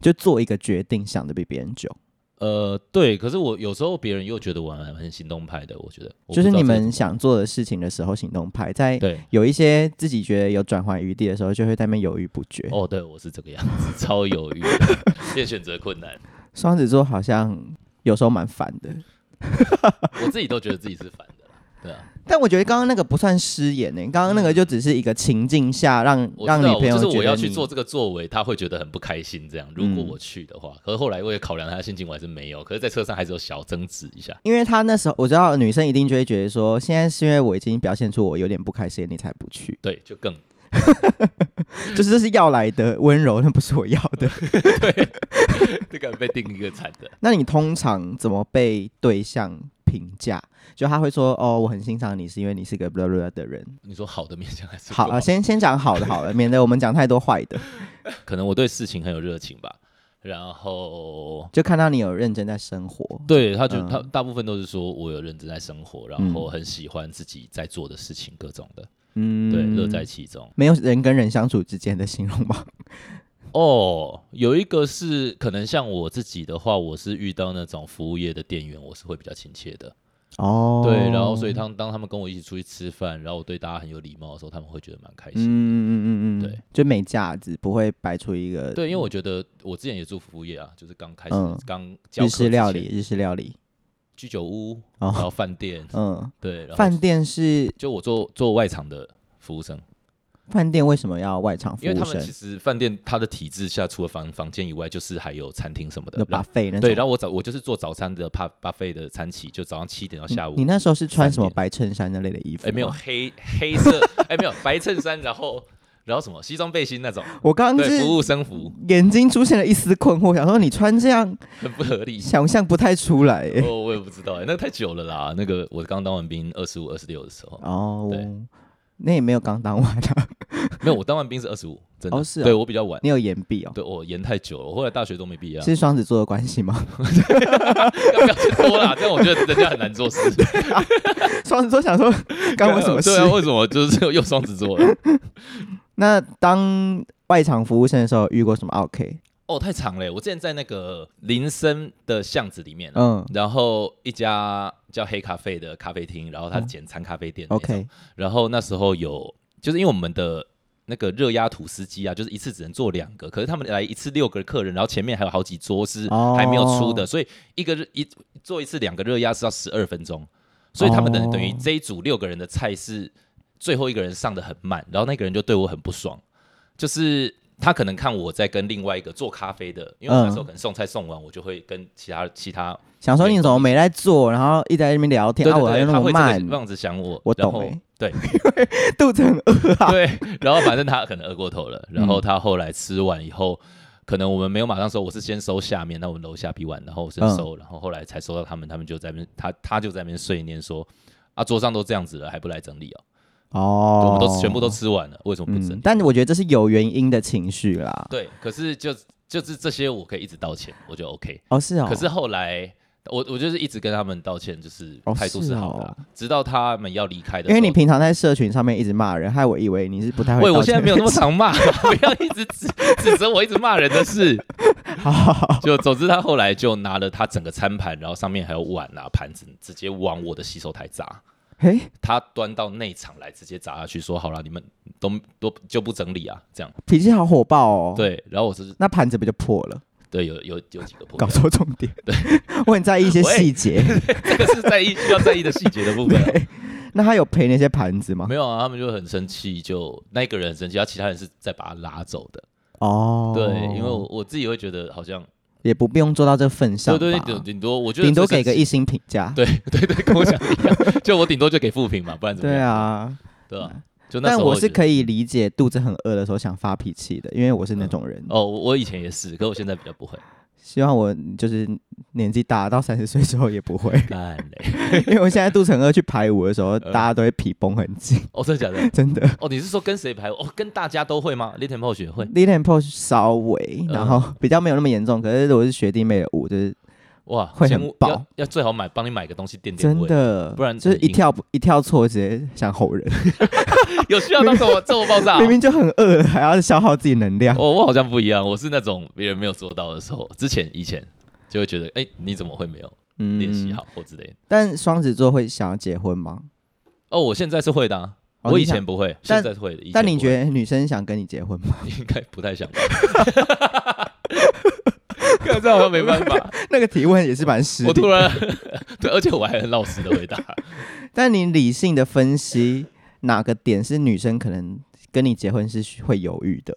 Speaker 1: 就做一个决定想的比别人久，
Speaker 3: 呃，对，可是我有时候别人又觉得我很很行动派的，我觉得我不
Speaker 1: 就
Speaker 3: 知道
Speaker 1: 是你
Speaker 3: 这个
Speaker 1: 们想做的事情的时候行动派，在
Speaker 3: 对
Speaker 1: 有一些自己觉得有转换余地的时候，就会在那边犹豫不决。
Speaker 3: 哦，对我是这个样子，超犹 豫的，变选择困难，
Speaker 1: 双子座好像有时候蛮烦的，
Speaker 3: 嗯我自己都觉得自己是烦的啦，对啊，
Speaker 1: 但我觉得刚刚那个不算失言呢、刚刚那个就只是一个情境下让
Speaker 3: 我
Speaker 1: 让
Speaker 3: 知
Speaker 1: 女
Speaker 3: 道，
Speaker 1: 朋友
Speaker 3: 我
Speaker 1: 觉
Speaker 3: 就
Speaker 1: 得
Speaker 3: 是我要去
Speaker 1: 你
Speaker 3: 做这个作为，他会觉得很不开心。这样，如果
Speaker 1: 嗯
Speaker 3: 我去的话，可是后来我也考量他的心情，我还是没有。可是，在车上还是有小争执一 下。
Speaker 1: 因为他那时候我知道女生一定就会觉得说，现在是因为我已经表现出我有点不开心，你才不 去，
Speaker 3: 对，就更
Speaker 1: 就是这是要来的温柔，那不是我要 的。
Speaker 3: 这个被定一个惨的。
Speaker 1: 那你通常怎么被对象评价？就他会说哦，我很欣赏你，是因为你是个 blah blah 的人。
Speaker 3: 你说好的面向还是
Speaker 1: 好
Speaker 3: 不
Speaker 1: 啊，呃先先讲好的好了，免得我们讲太多坏的。
Speaker 3: 可能我对事情很有热情吧。然后，
Speaker 1: 就看到你有认真在生活，
Speaker 3: 对他就、
Speaker 1: 嗯
Speaker 3: 他大部分都是说我有认真在生活，然后很喜欢自己在做的事情，各种的，
Speaker 1: 嗯，
Speaker 3: 对，乐在其中。
Speaker 1: 没有人跟人相处之间的形容吗？
Speaker 3: 哦，有一个是可能像我自己的话，我是遇到那种服务业的店员，我是会比较亲切的。
Speaker 1: 哦，
Speaker 3: 对，然后所以他们当他们跟我一起出去吃饭，然后我对大家很有礼貌的时候，他们会觉得蛮开
Speaker 1: 嗯
Speaker 3: 心。
Speaker 1: 嗯嗯嗯嗯，
Speaker 3: 对，
Speaker 1: 就没架子，不会摆出一个
Speaker 3: 对，因为我觉得我之前也做服务业啊，就是刚开始
Speaker 1: 嗯
Speaker 3: 刚
Speaker 1: 日
Speaker 3: 教课
Speaker 1: 式
Speaker 3: 之
Speaker 1: 料
Speaker 3: 前
Speaker 1: 理，、日式料理，
Speaker 3: 居酒屋，
Speaker 1: 哦
Speaker 3: 然后饭店，
Speaker 1: 嗯，
Speaker 3: 对，然后
Speaker 1: 饭店是
Speaker 3: 就我做做外场的服务生，
Speaker 1: 饭店为什么要外场服
Speaker 3: 因为他
Speaker 1: 务
Speaker 3: 们
Speaker 1: 生
Speaker 3: 其？实饭店它的体制下，除了房房间以外，就是还有餐厅什么的
Speaker 1: 那。
Speaker 3: 然
Speaker 1: buffet 那
Speaker 3: 对，然
Speaker 1: 后
Speaker 3: 后我早我就是做早餐的 buff buffet 的餐期，就早上七点到下午
Speaker 1: 嗯你那时候是穿
Speaker 3: 饭
Speaker 1: 什么
Speaker 3: 店
Speaker 1: 白衬衫那类的衣服？
Speaker 3: 哎哎、没有，黑黑色，哎、没有白衬衫，然后然后什么西装背心那种，
Speaker 1: 我刚刚
Speaker 3: 对，
Speaker 1: 是
Speaker 3: 服务生服
Speaker 1: 眼睛出现了一丝困惑，想说你穿这样
Speaker 3: 很不合理。
Speaker 1: 想象不太出来、 欸。
Speaker 3: 哦，我也不知道哎、那个太久了啦。那个我刚当完兵，二十五、二十六的时候，
Speaker 1: 哦
Speaker 3: 对，
Speaker 1: 那也没有刚当完啊，
Speaker 3: 没有，我当完兵是二十五，真的。
Speaker 1: 哦是啊
Speaker 3: 对我比较晚，
Speaker 1: 你有岩壁哦。
Speaker 3: 对我延太久了，我后来大学都没毕业、啊。
Speaker 1: 是双子座的关系吗？
Speaker 3: 要不要去多啦？这样我觉得人家很 难做事。
Speaker 1: 双子座想 说干我什么事
Speaker 3: 对？啊，为什么就是又双子座了？
Speaker 1: 那当外场服务生的时候，有遇过什么 OK？
Speaker 3: 哦，太长了。我之前在那个林森的巷子里面、啊，
Speaker 1: 嗯
Speaker 3: 然后一家叫黑咖啡的咖啡厅，然后它是简餐咖啡店那种。
Speaker 1: 嗯，OK，
Speaker 3: 然后那时候有，就是因为我们的那个热压吐司机啊，就是一次只能做两个，可是他们来一次六个客人，然后前面还有好几桌是
Speaker 1: 哦
Speaker 3: 还没有出的，所以一个热一做一次两个热压是要十二分钟，所以他们等
Speaker 1: 哦
Speaker 3: 等于这一组六个人的菜是最后一个人上的很慢，然后那个人就对我很不爽，就是。他可能看我在跟另外一个做咖啡的，因为我那时候
Speaker 1: 嗯
Speaker 3: 可能送菜送完，我就会跟其他其他，
Speaker 1: 想说你怎么没在做，然后一直在那边聊天，
Speaker 3: 对
Speaker 1: 啊，
Speaker 3: 对
Speaker 1: 我还
Speaker 3: 对，
Speaker 1: 那
Speaker 3: 他
Speaker 1: 么
Speaker 3: 会
Speaker 1: 慢
Speaker 3: 这，个样子想我，
Speaker 1: 我
Speaker 3: 然
Speaker 1: 懂
Speaker 3: 后
Speaker 1: 欸
Speaker 3: 对，
Speaker 1: 肚子很饿 啊。
Speaker 3: 对，然后反正他可能饿过头了，然后他后来吃完以后，可能我们没有马上收，我是先收下面，那我们楼下比完，然后我先
Speaker 1: 嗯
Speaker 3: 收，然后后来才收到他们，他们就在那边，他他就在那边碎念说。啊，桌上都这样子了，还不来整理哦？
Speaker 1: 哦，
Speaker 3: 我们都全部都吃完了，为什么不整理？
Speaker 1: 嗯，但我觉得这是有原因的情绪啦。
Speaker 3: 对，可是就就是这些，我可以一直道歉，我就 OK。
Speaker 1: 哦，是哦，
Speaker 3: 可是后来，我我就是一直跟他们道歉，就是
Speaker 1: 哦
Speaker 3: 态度
Speaker 1: 是
Speaker 3: 是好的啊、
Speaker 1: 哦
Speaker 3: 直到他们要离开的时
Speaker 1: 因
Speaker 3: 候。
Speaker 1: 为你平常在社群上面一直骂人，害我以为你是不太会。
Speaker 3: 喂，我现在没有 那么。常骂， 不要一直指指责我一直骂人的事。
Speaker 1: 好，
Speaker 3: 就总之，他后来就拿了他整个餐盘，然后上面还有碗啊、盘子，直接往我的洗手台砸。
Speaker 1: 嘿，
Speaker 3: 他端到内场来，直接砸下去，说：“好了，你们都都就不整理啊，这样。
Speaker 1: 脾气好火爆哦。，
Speaker 3: 对，然后我是
Speaker 1: 那盘子不就破了？
Speaker 3: 对有有有几个破
Speaker 1: 搞
Speaker 3: 掉，
Speaker 1: 错重点。 我很在意一些细节。
Speaker 3: 这个是在意需要在意的细节的 部分。
Speaker 1: 那他有赔那些盘子吗？
Speaker 3: 没有啊，他们就很生气，就那一个人很生气，他其他人是在把他拉走的。
Speaker 1: 哦，
Speaker 3: 对，因为我我自己会觉得好像，
Speaker 1: 也不用做到这份上
Speaker 3: 对
Speaker 1: 吧。
Speaker 3: 对对，顶多我觉得
Speaker 1: 顶多
Speaker 3: 这是
Speaker 1: 给个一星评价。
Speaker 3: 对对对，跟我讲的一样， 就我顶多就给负评嘛，不然怎么
Speaker 1: 对
Speaker 3: 样？
Speaker 1: 啊，
Speaker 3: 对啊，就那时
Speaker 1: 但
Speaker 3: 候
Speaker 1: 我是
Speaker 3: 觉得
Speaker 1: 可以理解肚子很饿的时候想发脾气的，因为我是那种人。
Speaker 3: 哦，我我以前也是，可我现在比较不会。
Speaker 1: 希望我就是年纪大到三十岁之后也不会，
Speaker 3: 干嘞！
Speaker 1: 因为我现在肚子很饿去排舞的时候，
Speaker 3: 呃
Speaker 1: 大家都会皮绷很紧，
Speaker 3: 哦，真的假的？
Speaker 1: 真的。
Speaker 3: 哦，你是说跟谁排？哦，跟大家都会吗？Little Pose 也会
Speaker 1: l i t t l p o s 稍微，
Speaker 3: 嗯
Speaker 1: 然后比较没有那么严重，可是我是学弟妹的舞，就是
Speaker 3: 哇，
Speaker 1: 会
Speaker 3: 先
Speaker 1: 很
Speaker 3: 要
Speaker 1: 爆
Speaker 3: 要最好买帮你买个东西垫垫
Speaker 1: 真
Speaker 3: 胃，
Speaker 1: 的，
Speaker 3: 不然
Speaker 1: 就是
Speaker 3: 很
Speaker 1: 一
Speaker 3: 硬
Speaker 1: 跳不一跳错，直接想吼人，
Speaker 3: 有需要到这么这么爆炸哦？
Speaker 1: 明明就很饿了，还要消耗自己能量。
Speaker 3: 哦，我好像不一样，我是那种别人没有做到的时候，之前以前就会觉得，哎，你怎么会没有
Speaker 1: 嗯
Speaker 3: 练习。好或之类的？
Speaker 1: 但双子座会想要结婚吗？
Speaker 3: 哦，我现在是会的啊，
Speaker 1: 哦
Speaker 3: 我
Speaker 1: 你
Speaker 3: 以
Speaker 1: 想
Speaker 3: 前不会，
Speaker 1: 但
Speaker 3: 现在是会的。以
Speaker 1: 但
Speaker 3: 前
Speaker 1: 你
Speaker 3: 不会
Speaker 1: 觉得女生想跟你结婚吗？
Speaker 3: 应该不太想 吧。看这好像没办 法，
Speaker 1: 那个提问也是蛮实
Speaker 3: 我
Speaker 1: 的
Speaker 3: 突。然 对，而且我还很老实的回答。
Speaker 1: 但你理性的分析哪个点是女生可能跟你结婚是会犹豫的？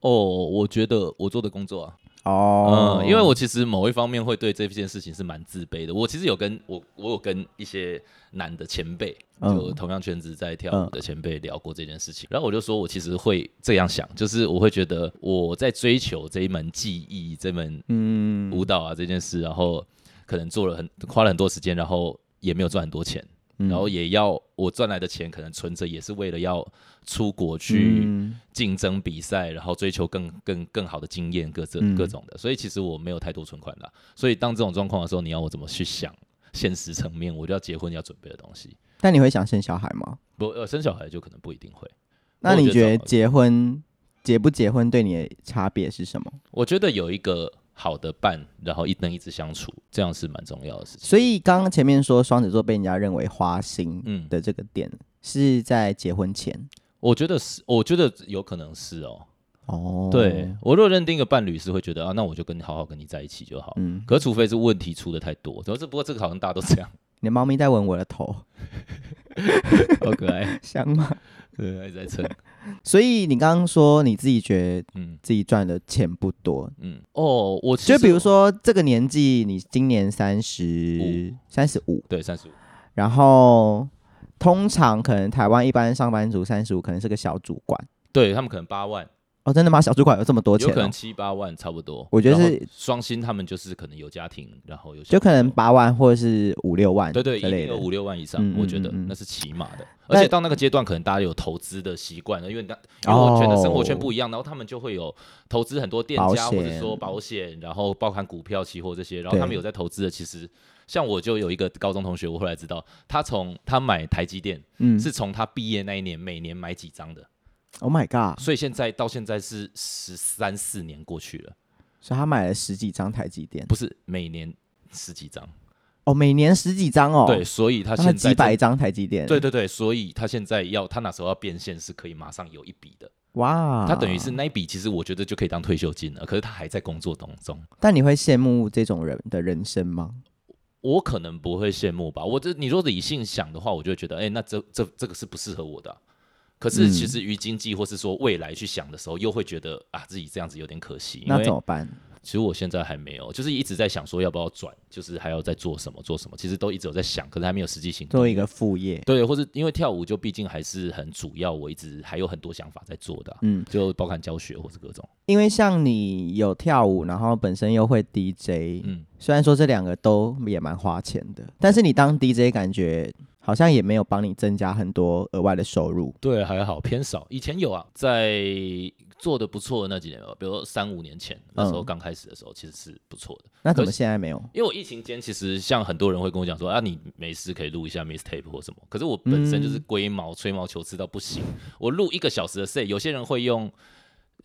Speaker 3: 哦，我觉得我做的工作啊，
Speaker 1: 哦
Speaker 3: 嗯，因为我其实某一方面会对这件事情是蛮自卑的。我其实有跟我我有跟一些男的前辈，
Speaker 1: 嗯
Speaker 3: 就同样圈子在跳舞的前辈聊过这件事情，然后我就说我其实会这样想，就是我会觉得我在追求这一门技艺，这门
Speaker 1: 嗯
Speaker 3: 舞蹈啊这件事，然后可能做了很花了很多时间，然后也没有赚很多钱，
Speaker 1: 嗯
Speaker 3: 然后也要我赚来的钱可能存着也是为了要出国去
Speaker 1: 嗯
Speaker 3: 竞争比赛，然后追求更更更好的经验，各这
Speaker 1: 嗯
Speaker 3: 各种的，所以其实我没有太多存款啦。所以当这种状况的时候，你要我怎么去想现实层面，我就要结婚要准备的东西。
Speaker 1: 但你会想生小孩吗？
Speaker 3: 不，呃，生小孩就可能不一定会。
Speaker 1: 那你觉得
Speaker 3: 我觉得
Speaker 1: 结婚结不结婚对你的差别是什么？
Speaker 3: 我觉得有一个好的伴，然后一能一直相处，这样是蛮重要的事情。
Speaker 1: 所以刚刚前面说双子座被人家认为花心
Speaker 3: 嗯，
Speaker 1: 的这个点、是在结婚前
Speaker 3: 我觉得是，我觉得有可能是哦。
Speaker 1: 哦，
Speaker 3: 对，我若认定一个伴侣是会觉得啊，那我就跟你好好跟你在一起就好。
Speaker 1: 嗯，
Speaker 3: 可除非是问题出的太多，主要是不过这个好像大家都 这样，
Speaker 1: 你的猫咪在闻我的头，
Speaker 3: 好可爱，
Speaker 1: 香吗？
Speaker 3: 对，还在蹭，
Speaker 1: 所以你刚刚说你自己觉得
Speaker 3: 嗯
Speaker 1: 自己赚的钱不多，
Speaker 3: 嗯，哦，我其
Speaker 1: 就
Speaker 3: 实
Speaker 1: 比如说这个年纪，你今年三十
Speaker 3: 五
Speaker 1: 三十五，
Speaker 3: 对三十五，
Speaker 1: 然后通常可能台湾一般上班族三十五可能是个小主管，
Speaker 3: 对他们可能八万，
Speaker 1: 哦，真的吗？小主管有这么多
Speaker 3: 有
Speaker 1: 钱、
Speaker 3: 可
Speaker 1: 哦
Speaker 3: 能？七八万差不多。
Speaker 1: 我觉得
Speaker 3: 然后
Speaker 1: 是
Speaker 3: 双薪，他们就是可能有家庭，然后有小
Speaker 1: 就可能
Speaker 3: 朋友
Speaker 1: 八万或者是五六万，
Speaker 3: 对对，一
Speaker 1: 之
Speaker 3: 定
Speaker 1: 类
Speaker 3: 有
Speaker 1: 的。
Speaker 3: 五六万以上，
Speaker 1: 嗯
Speaker 3: 我觉得
Speaker 1: 嗯嗯嗯
Speaker 3: 那是起码的。而
Speaker 1: 但
Speaker 3: 且到那个阶段，可能大家有投资的习惯了，因为那
Speaker 1: 哦
Speaker 3: 因为我觉得生活圈不一样，然后他们就会有投资很多店
Speaker 1: 保
Speaker 3: 家或者
Speaker 1: 险
Speaker 3: 说保险，然后包含股票、期货这些，然后
Speaker 1: 对
Speaker 3: 他们有在投资的。其实像我就有一个高中同学，我后来知道，他从他买台积电
Speaker 1: 嗯
Speaker 3: 是从他毕业那一年每年买几张的，
Speaker 1: ，Oh my god！
Speaker 3: 所以现在到现在是十三四年过去了，
Speaker 1: 所以他买了十几张台积电，
Speaker 3: 不是每年十几张，
Speaker 1: 哦，每年十几张哦，
Speaker 3: 对，，所以他
Speaker 1: 他
Speaker 3: 现在
Speaker 1: 几
Speaker 3: 在
Speaker 1: 百张台积电，
Speaker 3: 对，对对，所以他现在要他那时候要变现是可以马上有一笔的，
Speaker 1: 哇，
Speaker 3: 他等于是，那一笔其实我觉得就可以当退休金了，可是他还在工作当中。
Speaker 1: 但你会羡慕这种人的人生吗？
Speaker 3: 我可能不会羡慕吧，我这你说理性想的话，我就会觉得，哎、那这这这个是不适合我的啊、可是
Speaker 1: 嗯
Speaker 3: 其实于经济或是说未来去想的时候，又会觉得啊自己这样子有点可惜。因
Speaker 1: 那
Speaker 3: 为
Speaker 1: 怎么办？
Speaker 3: 其实我现在还没有，就是一直在想说要不要转，就是还要再做什么做什么，其实都一直有在想，可是还没有实际行动
Speaker 1: 作。为一个副业，
Speaker 3: 对，或是因为跳舞就毕竟还是很主要，我一直还有很多想法在做的啊、
Speaker 1: 嗯，
Speaker 3: 就包含教学或者各种。嗯
Speaker 1: 因为像你有跳舞，然后本身又会 DJ，、
Speaker 3: 嗯，
Speaker 1: 虽然说这两个都也蛮花钱的，但是你当 DJ 感觉好像也没有帮你增加很多额外的收入。
Speaker 3: 对，还好偏少。以前有啊，在做的不错的那几年哦吧，比如说三五年前那时候
Speaker 1: 嗯
Speaker 3: 刚开始的时候，其实是不错的。
Speaker 1: 那怎么
Speaker 3: 可
Speaker 1: 现在没有？
Speaker 3: 因为我疫情间，其实像很多人会跟我讲说啊，你没事可以录一下 mistape 或什么，可是我本身就是龟毛、吹毛求疵到不行。我录一个小时的 set，有些人会用，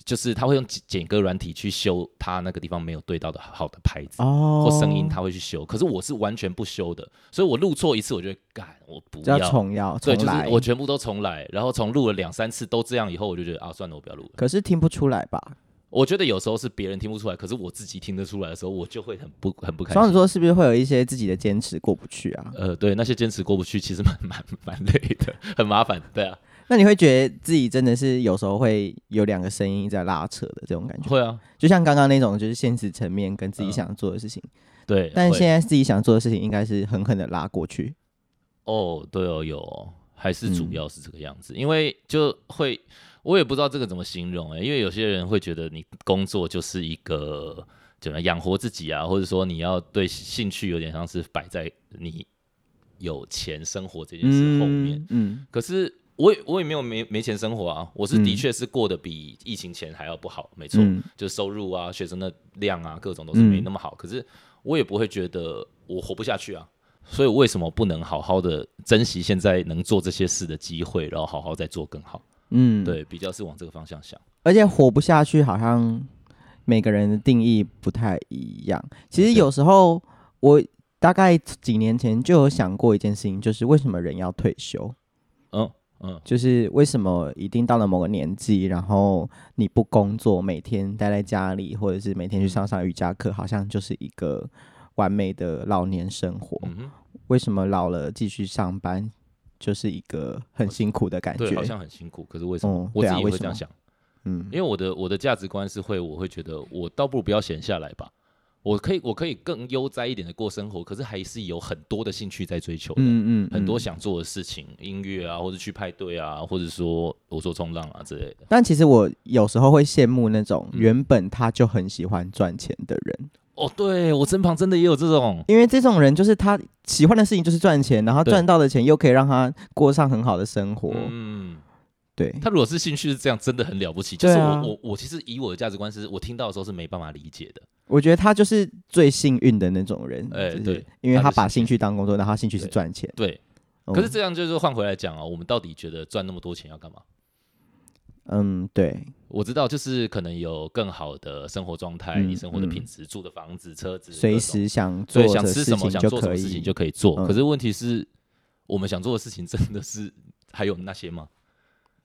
Speaker 3: 就是他会用剪剪歌软体去修他那个地方没有对到的好的拍子。
Speaker 1: 哦，
Speaker 3: 或声音他会去修，可是我是完全不修的，所以我录错一次，我就会干，我不
Speaker 1: 就要重要重
Speaker 3: 对，就是
Speaker 1: 来。
Speaker 3: 我全部都重来，然后重录了两三次都这样以后，我就觉得啊，算了，我不要录了。
Speaker 1: 可是听不出来吧？
Speaker 3: 我觉得有时候是别人听不出来，可是我自己听得出来的时候，我就会很不很不开
Speaker 1: 双子
Speaker 3: 心。
Speaker 1: 座是不是会有一些自己的坚持过不去啊？
Speaker 3: 呃，对，那些坚持过不去，其实蛮蛮蛮累的，很麻烦，对啊，
Speaker 1: 那你会觉得自己真的是有时候会有两个声音在拉扯的这种感觉，
Speaker 3: 会啊，
Speaker 1: 就像刚刚那种就是现实层面跟自己
Speaker 3: 嗯
Speaker 1: 想做的事情，
Speaker 3: 对。
Speaker 1: 但
Speaker 3: 会
Speaker 1: 现在自己想做的事情应该是狠狠的拉过去。
Speaker 3: 哦，对哦，有哦还是主
Speaker 1: 嗯
Speaker 3: 要是这个样子，因为就会我也不知道这个怎么形容哎、因为有些人会觉得你工作就是一个怎么样养活自己啊，或者说你要对兴趣有点像是摆在你有钱生活这件事后面，
Speaker 1: 嗯，
Speaker 3: 可是我也我也没有没没钱生活啊，我是
Speaker 1: 嗯
Speaker 3: 的确是过得比疫情前还要不好，没错，
Speaker 1: 嗯
Speaker 3: 就是收入啊、学生的量啊，各种都是没那么好。可是我也不会觉得我活不下去啊，所以我为什么不能好好的珍惜现在能做这些事的机会，然后好好再做更好？
Speaker 1: 嗯，
Speaker 3: 对，比较是往这个方向想。
Speaker 1: 而且活不下去，好像每个人的定义不太一样。其实
Speaker 3: 对
Speaker 1: 有时候我大概几年前就有想过一件事情，就是为什么人要退休？
Speaker 3: 嗯嗯，
Speaker 1: 就是为什么一定到了某个年纪，然后你不工作，每天待在家里，或者是每天去上上瑜伽课，好像就是一个完美的老年生活。
Speaker 3: 嗯哼，
Speaker 1: 为什么老了继续上班，就是一个很辛苦的感
Speaker 3: 对，
Speaker 1: 觉
Speaker 3: 好？像很辛苦，可是为什么？
Speaker 1: 嗯
Speaker 3: 我
Speaker 1: 对
Speaker 3: 自
Speaker 1: 啊
Speaker 3: 己
Speaker 1: 为什
Speaker 3: 会这样
Speaker 1: 么
Speaker 3: 想，
Speaker 1: 嗯
Speaker 3: 因，为我的我的价值观是会，我会觉得我倒不如不要闲下来吧。我可以，我可以更悠哉一点的过生活，可是还是有很多的兴趣在追求的。
Speaker 1: 嗯嗯
Speaker 3: 很多
Speaker 1: 嗯
Speaker 3: 想做的事情，音乐啊，或者去派对啊，或者说我说冲浪啊之类的。
Speaker 1: 但其实我有时候会羡慕那种
Speaker 3: 嗯
Speaker 1: 原本他就很喜欢赚钱的人，
Speaker 3: 哦，对我身旁真的也有这种，
Speaker 1: 因为这种人就是他喜欢的事情就是赚钱，然后
Speaker 3: 对
Speaker 1: 赚到的钱又可以让他过上很好的生活。
Speaker 3: 嗯，
Speaker 1: 对，
Speaker 3: 他如果是兴趣是这样，真的很了不起。就是我、
Speaker 1: 对啊
Speaker 3: 我我其实以我的价值观是，我听到的时候是没办法理解的。
Speaker 1: 我觉得他就是最幸运的那种人，
Speaker 3: 哎
Speaker 1: 就是
Speaker 3: 对
Speaker 1: 因为
Speaker 3: 他
Speaker 1: 他
Speaker 3: 就是
Speaker 1: 把
Speaker 3: 幸
Speaker 1: 兴
Speaker 3: 运
Speaker 1: 趣当工作，然后他兴趣是
Speaker 3: 对
Speaker 1: 赚钱。
Speaker 3: 对，
Speaker 1: 嗯
Speaker 3: 可是这样就是换回来讲啊，我们到底觉得赚那么多钱要干嘛？
Speaker 1: 嗯，对，
Speaker 3: 我知道，就是可能有更好的生活状态，
Speaker 1: 嗯
Speaker 3: 你生活的
Speaker 1: 嗯
Speaker 3: 品质、住的房子、车子，
Speaker 1: 随
Speaker 3: 各种
Speaker 1: 时想做
Speaker 3: 所以
Speaker 1: 的
Speaker 3: 想吃
Speaker 1: 事
Speaker 3: 什么
Speaker 1: 情
Speaker 3: 想
Speaker 1: 就
Speaker 3: 做什
Speaker 1: 可
Speaker 3: 么事情
Speaker 1: 以。
Speaker 3: 就可以做。
Speaker 1: 嗯
Speaker 3: 可是问题是，我们想做的事情真的是还有那些吗？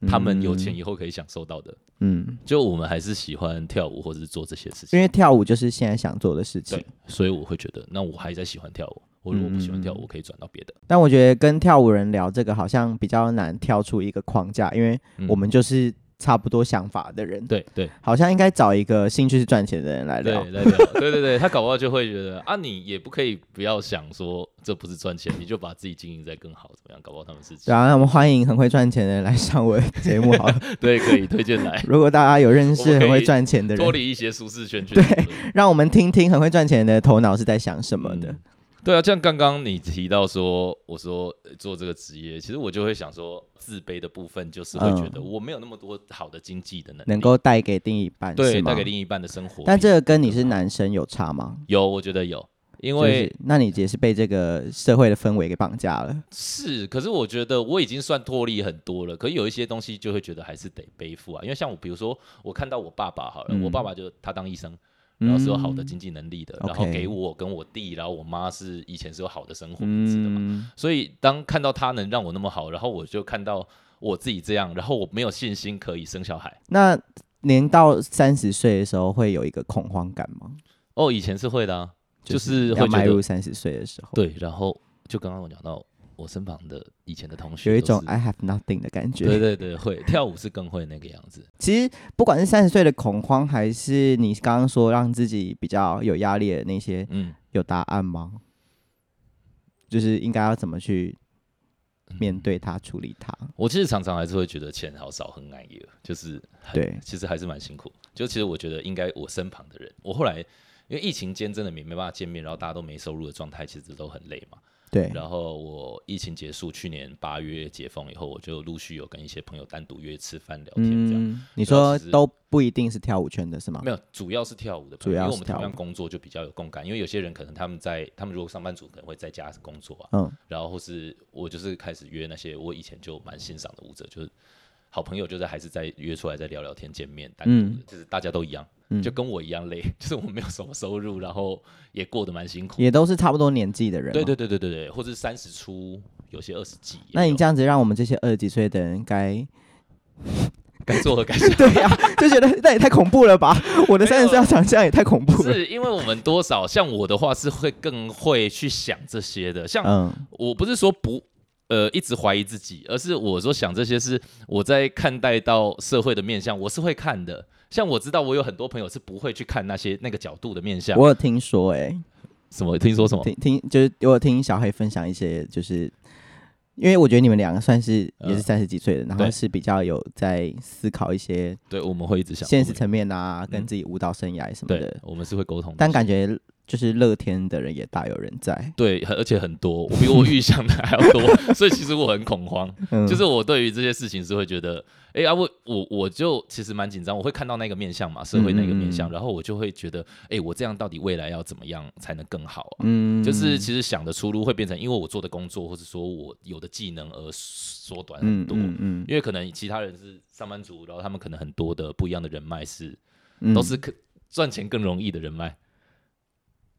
Speaker 3: 他们有钱
Speaker 1: 嗯，
Speaker 3: 以后可以享受到的，
Speaker 1: 嗯，
Speaker 3: 就我们还是喜欢跳舞或者是做这些事
Speaker 1: 因
Speaker 3: 情。
Speaker 1: 为跳舞就是现在想做的事情
Speaker 3: 对。，所以我会觉得，那我还在喜欢跳舞。我如果不喜欢跳
Speaker 1: 嗯嗯
Speaker 3: 舞，
Speaker 1: 嗯
Speaker 3: 我可以转到别的。
Speaker 1: 但我觉得跟跳舞人聊这个好像比较难跳出一个框架，因为
Speaker 3: 嗯
Speaker 1: 我们就是差不多想法的人，
Speaker 3: 对对
Speaker 1: 好像应该找一个兴趣是赚钱的人来
Speaker 3: 对
Speaker 1: 聊
Speaker 3: 对。对对对对，他搞不好就会觉得啊，你也不可以不要想说这不是赚钱，你就把自己经营在更好怎么样？搞不好他们是
Speaker 1: 对啊，那我们欢迎很会赚钱的人来上我的节目好了。
Speaker 3: 对可以推 荐来
Speaker 1: 如果大家有认识很
Speaker 3: 我们可
Speaker 1: 会
Speaker 3: 以
Speaker 1: 赚钱的
Speaker 3: 脱
Speaker 1: 人，
Speaker 3: 离一些舒适圈去
Speaker 1: 对
Speaker 3: 讨论
Speaker 1: 让我们听听很会赚钱的头脑是在想什么的
Speaker 3: 嗯。对啊，像刚刚你提到说，我说呃做这个职业，其实我就会想说，自卑的部分就是会觉得
Speaker 1: 嗯
Speaker 3: 我没有那么多好的经济的能力，
Speaker 1: 能够带给另一半，
Speaker 3: 对
Speaker 1: 是吗
Speaker 3: 带给另一半的生活。
Speaker 1: 但这个跟你是男生有差吗？
Speaker 3: 有，我觉得有，因
Speaker 1: 就
Speaker 3: 为
Speaker 1: 是那你也是被这个社会的氛围给绑架了。
Speaker 3: 是，可是我觉得我已经算脱离很多了，可有一些东西就会觉得还是得背负啊，因为像我，比如说我看到我爸爸好了，
Speaker 1: 嗯
Speaker 3: 我爸爸就他当医生。然后是有好的
Speaker 1: 嗯
Speaker 3: 经济能力的，
Speaker 1: OK
Speaker 3: 然后给我跟我弟，然后我妈是以前是有好的生活品质的嘛，
Speaker 1: 嗯，
Speaker 3: 所以当看到他能让我那么好，然后我就看到我自己这样，然后我没有信心可以生小孩。
Speaker 1: 那年到三十岁的时候会有一个恐慌感吗？
Speaker 3: 哦，以前是会的、啊，就是
Speaker 1: 要
Speaker 3: 会
Speaker 1: 迈
Speaker 3: 觉
Speaker 1: 入
Speaker 3: 得
Speaker 1: 三十岁的时候，，
Speaker 3: 对，然后就刚刚我讲到我身旁的以前的同学，
Speaker 1: 有一种 I。have nothing 的感觉。
Speaker 3: 对对对，会跳舞是更会那个样子。
Speaker 1: 其实不管是三十岁的恐慌，还是你刚刚说让自己比较有压力的那些，
Speaker 3: 嗯，
Speaker 1: 有答案吗？就是应该要怎么去
Speaker 3: 嗯
Speaker 1: 面对它、处理它？
Speaker 3: 我其实常常还是会觉得钱好少，很安逸，就是很
Speaker 1: 对
Speaker 3: 其实还是蛮辛苦。就其实我觉得应该我身旁的人，我后来因为疫情间真的没没办法见面，然后大家都没收入的状态，其实都很累嘛。
Speaker 1: 对，
Speaker 3: 然后我疫情结束，去年八月解封以后，我就陆续有跟一些朋友单独约吃饭聊天，这样、
Speaker 1: 嗯，你
Speaker 3: 主要
Speaker 1: 说
Speaker 3: 其实
Speaker 1: 都不一定是跳舞圈的是吗？
Speaker 3: 没有，主要是跳舞的朋
Speaker 1: 主
Speaker 3: 友，
Speaker 1: 要是
Speaker 3: 因为我们同
Speaker 1: 跳
Speaker 3: 样
Speaker 1: 舞
Speaker 3: 工作就比较有共感，因为有些人可能他们在，他们如果上班族可能会在家工作啊，
Speaker 1: 嗯，
Speaker 3: 然后或是我就是开始约那些我以前就蛮欣赏的舞者，就是好朋友，就是还是在约出来再聊聊天、见面，单独的，就是大家都一样，
Speaker 1: 嗯
Speaker 3: 就跟我一样累， 就是我没有什么收入，然后也过得蛮辛苦，
Speaker 1: 也都是差不多年纪的人。
Speaker 3: 对。对对对对对，或者三十出，有些二十几也有，
Speaker 1: 那你这样子让我们这些二十几岁的人该。
Speaker 3: 该做何该想
Speaker 1: 对呀、就觉得那也太恐怖了吧！我的
Speaker 3: 没
Speaker 1: 三十
Speaker 3: 有
Speaker 1: 岁要长这样也太恐怖了。
Speaker 3: 是因为我们多少像我的话是会更会去想这些的，像
Speaker 1: 嗯，
Speaker 3: 我不是说不呃一直怀疑自己，而是我说想这些是我在看待到社会的面相，我是会看的。像我知道我有很多朋友是不会去看那些那个角度的面相。
Speaker 1: 我有听说哎、
Speaker 3: 什么？听说什么？
Speaker 1: 听听就是我有听小黑分享一些，就是因为我觉得你们两个算是也是
Speaker 3: 嗯
Speaker 1: 三十几岁的，然后
Speaker 3: 对
Speaker 1: 是比较有在思考一些
Speaker 3: 对，我们会一直想
Speaker 1: 现实
Speaker 3: 我们
Speaker 1: 层面啊，跟
Speaker 3: 嗯
Speaker 1: 自己舞蹈生涯什么
Speaker 3: 对
Speaker 1: 的，。
Speaker 3: 我们是会沟通的。
Speaker 1: 但感觉就是乐天的人也大有人 在，
Speaker 3: 对，很而且很多，我比我预想的还要多，所以其实我很恐慌。
Speaker 1: 嗯，
Speaker 3: 就是我对于这些事情是会觉得，哎、啊，我我我就其实蛮紧张，我会看到那个面相嘛，社会那个面
Speaker 1: 嗯
Speaker 3: 相，然后我就会觉得，哎、我这样到底未来要怎么样才能更好啊？
Speaker 1: 嗯
Speaker 3: 就是其实想的出路会变成，因为我做的工作或是说我有的技能而缩短很多。
Speaker 1: 嗯嗯
Speaker 3: 因为可能其他人是上班族，然后他们可能很多的不一样的人脉是、
Speaker 1: 嗯
Speaker 3: 都是可赚钱更容易的人脉，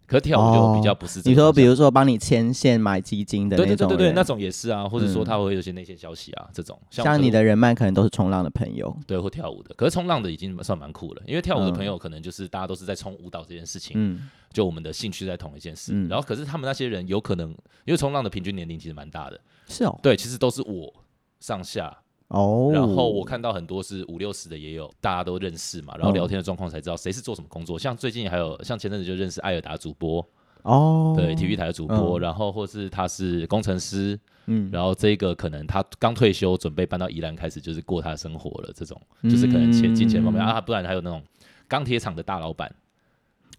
Speaker 3: 可跳舞就比较不是
Speaker 1: 哦
Speaker 3: 这个
Speaker 1: 你说，
Speaker 3: 方
Speaker 1: 比
Speaker 3: 向
Speaker 1: 如说帮你牵线买基金的
Speaker 3: 对
Speaker 1: 那
Speaker 3: 对对
Speaker 1: 种
Speaker 3: 对对，
Speaker 1: 人
Speaker 3: 那种也是啊，或者说
Speaker 1: 嗯
Speaker 3: 他会有一些内线消息啊，这种像我
Speaker 1: 像
Speaker 3: 可
Speaker 1: 你
Speaker 3: 能
Speaker 1: 的人脉可能都是冲浪的朋友，
Speaker 3: 对，会跳舞的。可是冲浪的已经算蛮酷了，因为跳舞的
Speaker 1: 嗯
Speaker 3: 朋友可能就是大家都是在冲舞蹈这件事情，
Speaker 1: 嗯，
Speaker 3: 就我们的兴趣在同一件事。
Speaker 1: 嗯
Speaker 3: 然后可是他们那些人有可能，因为冲浪的平均年龄其实蛮大的，
Speaker 1: 是哦，
Speaker 3: 对，其实都是我上下。
Speaker 1: 哦，
Speaker 3: 然后我看到很多是五六十的也有，大家都认识嘛，然后
Speaker 1: 嗯
Speaker 3: 聊天的状况才知道谁是做什么工作。像最近还有像前阵子就认识艾尔达主播，
Speaker 1: 哦，
Speaker 3: 对，体育台的主播，
Speaker 1: 嗯
Speaker 3: 然后或是他是工程师，
Speaker 1: 嗯，
Speaker 3: 然后这个可能他刚退休，准备搬到宜兰开始就是过他生活了，这种就是可能钱金钱方面
Speaker 1: 嗯
Speaker 3: 啊，不然还有那种钢铁厂的大老板，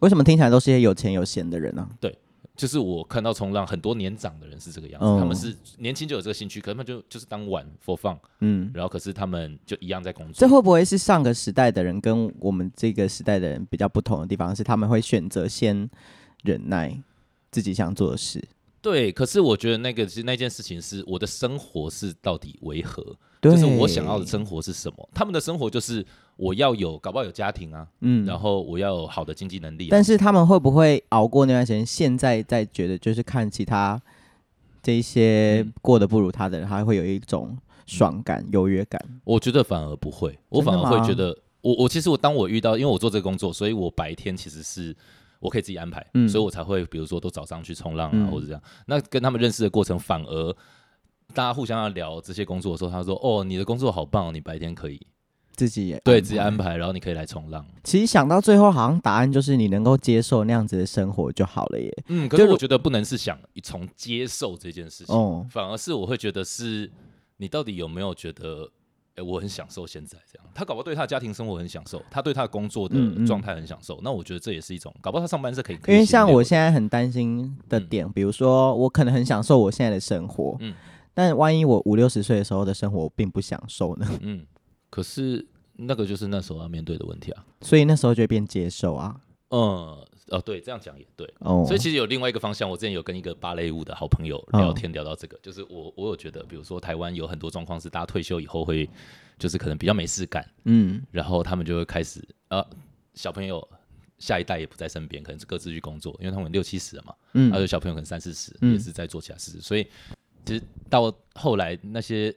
Speaker 1: 为什么听起来都是一些有钱有闲的人呢、
Speaker 3: 就是我看到冲浪很多年长的人是这个样子，
Speaker 1: 嗯
Speaker 3: 他们是年轻就有这个兴趣，可是他们就就是当晚 for fun，
Speaker 1: 嗯，
Speaker 3: 然后可是他们就一样在工
Speaker 1: 这
Speaker 3: 作。
Speaker 1: 会不会是上个时代的人跟我们这个时代的人比较不同的地方？是他们会选择先忍耐自己想做的事。
Speaker 3: 对，可是我觉得那个其实那件事情是我的生活是到底为何，
Speaker 1: 对，
Speaker 3: 就是我想要的生活是什么？他们的生活就是我要有，搞不好有家庭啊，
Speaker 1: 嗯
Speaker 3: 然后我要有好的经济能力、啊，
Speaker 1: 但是他们会不会熬过那段时间？现在在觉得就是看其他这一些
Speaker 3: 嗯
Speaker 1: 过得不如他的人，他会有一种爽感、优越感。
Speaker 3: 我觉得反而不会，我
Speaker 1: 真的
Speaker 3: 反而会
Speaker 1: 吗
Speaker 3: 觉得，我我其实我当我遇到，因为我做这个工作，所以我白天其实是我可以自己安排，
Speaker 1: 嗯
Speaker 3: 所以我才会比如说都早上去冲浪啊，
Speaker 1: 嗯
Speaker 3: 或者这样。那跟他们认识的过程，反而大家互相要聊这些工作的时候，他说：“哦，你的工作好棒哦，你白天可以。”
Speaker 1: 自己也
Speaker 3: 对自己
Speaker 1: 排
Speaker 3: 安排，然后你可以来冲浪。
Speaker 1: 其实想到最后，好像答案就是你能够接受那样子的生活就好了耶。
Speaker 3: 嗯，可
Speaker 1: 就是
Speaker 3: 我
Speaker 1: 如
Speaker 3: 觉得不能是想从接受这件事情，
Speaker 1: 哦、
Speaker 3: 反而是我会觉得是你到底有没有觉得，哎、我很享受现在这样。他搞不好对他的家庭生活很享受，他对他的工作
Speaker 1: 嗯
Speaker 3: 的
Speaker 1: 嗯
Speaker 3: 状态很享受。那我觉得这也是一种，搞不好他上班是可以更新的。
Speaker 1: 因为像我现在很担心的点，比如说我可能很享受我现在的生活，
Speaker 3: 嗯
Speaker 1: 但万一我五六十岁的时候的生活我并不享受呢？
Speaker 3: 嗯，可是那个就是那时候要面对的问题啊。
Speaker 1: 所以那时候就会变接受啊。
Speaker 3: 嗯，哦，对，这样讲也对。
Speaker 1: 哦，嗯
Speaker 3: 所以其实有另外一个方向，我之前有跟一个芭蕾舞的好朋友聊天，聊到这个，就是我我有觉得，比如说台湾有很多状况是大家退休以后会，就是可能比较没事干，
Speaker 1: 嗯，
Speaker 3: 然后他们就会开始呃，小朋友下一代也不在身边，可能是各自去工作，因为他们六七十了嘛，
Speaker 1: 嗯
Speaker 3: 还有小朋友可能三四十，
Speaker 1: 嗯
Speaker 3: 也是在做其他事，所以其实到后来那些。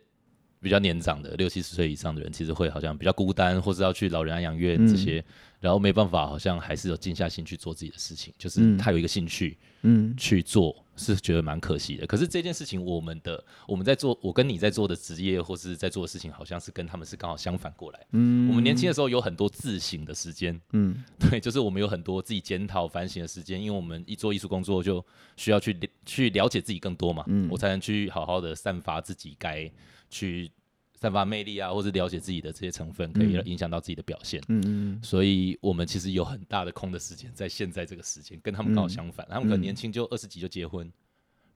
Speaker 3: 比较年长的六七十岁以上的人，其实会好像比较孤单，或是要去老人安养院这些，
Speaker 1: 嗯
Speaker 3: 然后没办法，好像还是有静下心去做自己的事情，就是
Speaker 1: 嗯
Speaker 3: 他有一个兴趣，
Speaker 1: 嗯
Speaker 3: 去做，是觉得蛮可惜的。可是这件事情，我们的我们在做，我跟你在做的职业或是在做的事情，好像是跟他们是刚好相反过来。
Speaker 1: 嗯
Speaker 3: 我们年轻的时候有很多自省的时间，
Speaker 1: 嗯
Speaker 3: 对，就是我们有很多自己检讨反省的时间，因为我们一做艺术工作就需要去了去了解自己更多嘛，
Speaker 1: 嗯
Speaker 3: 我才能去好好的散发自己该去散发魅力啊，或是了解自己的这些成分，可以
Speaker 1: 嗯
Speaker 3: 影响到自己的表现。
Speaker 1: 嗯嗯
Speaker 3: 所以我们其实有很大的空的时间，在现在这个时间，跟他们刚好相反。他们可能年轻就二十几就结婚，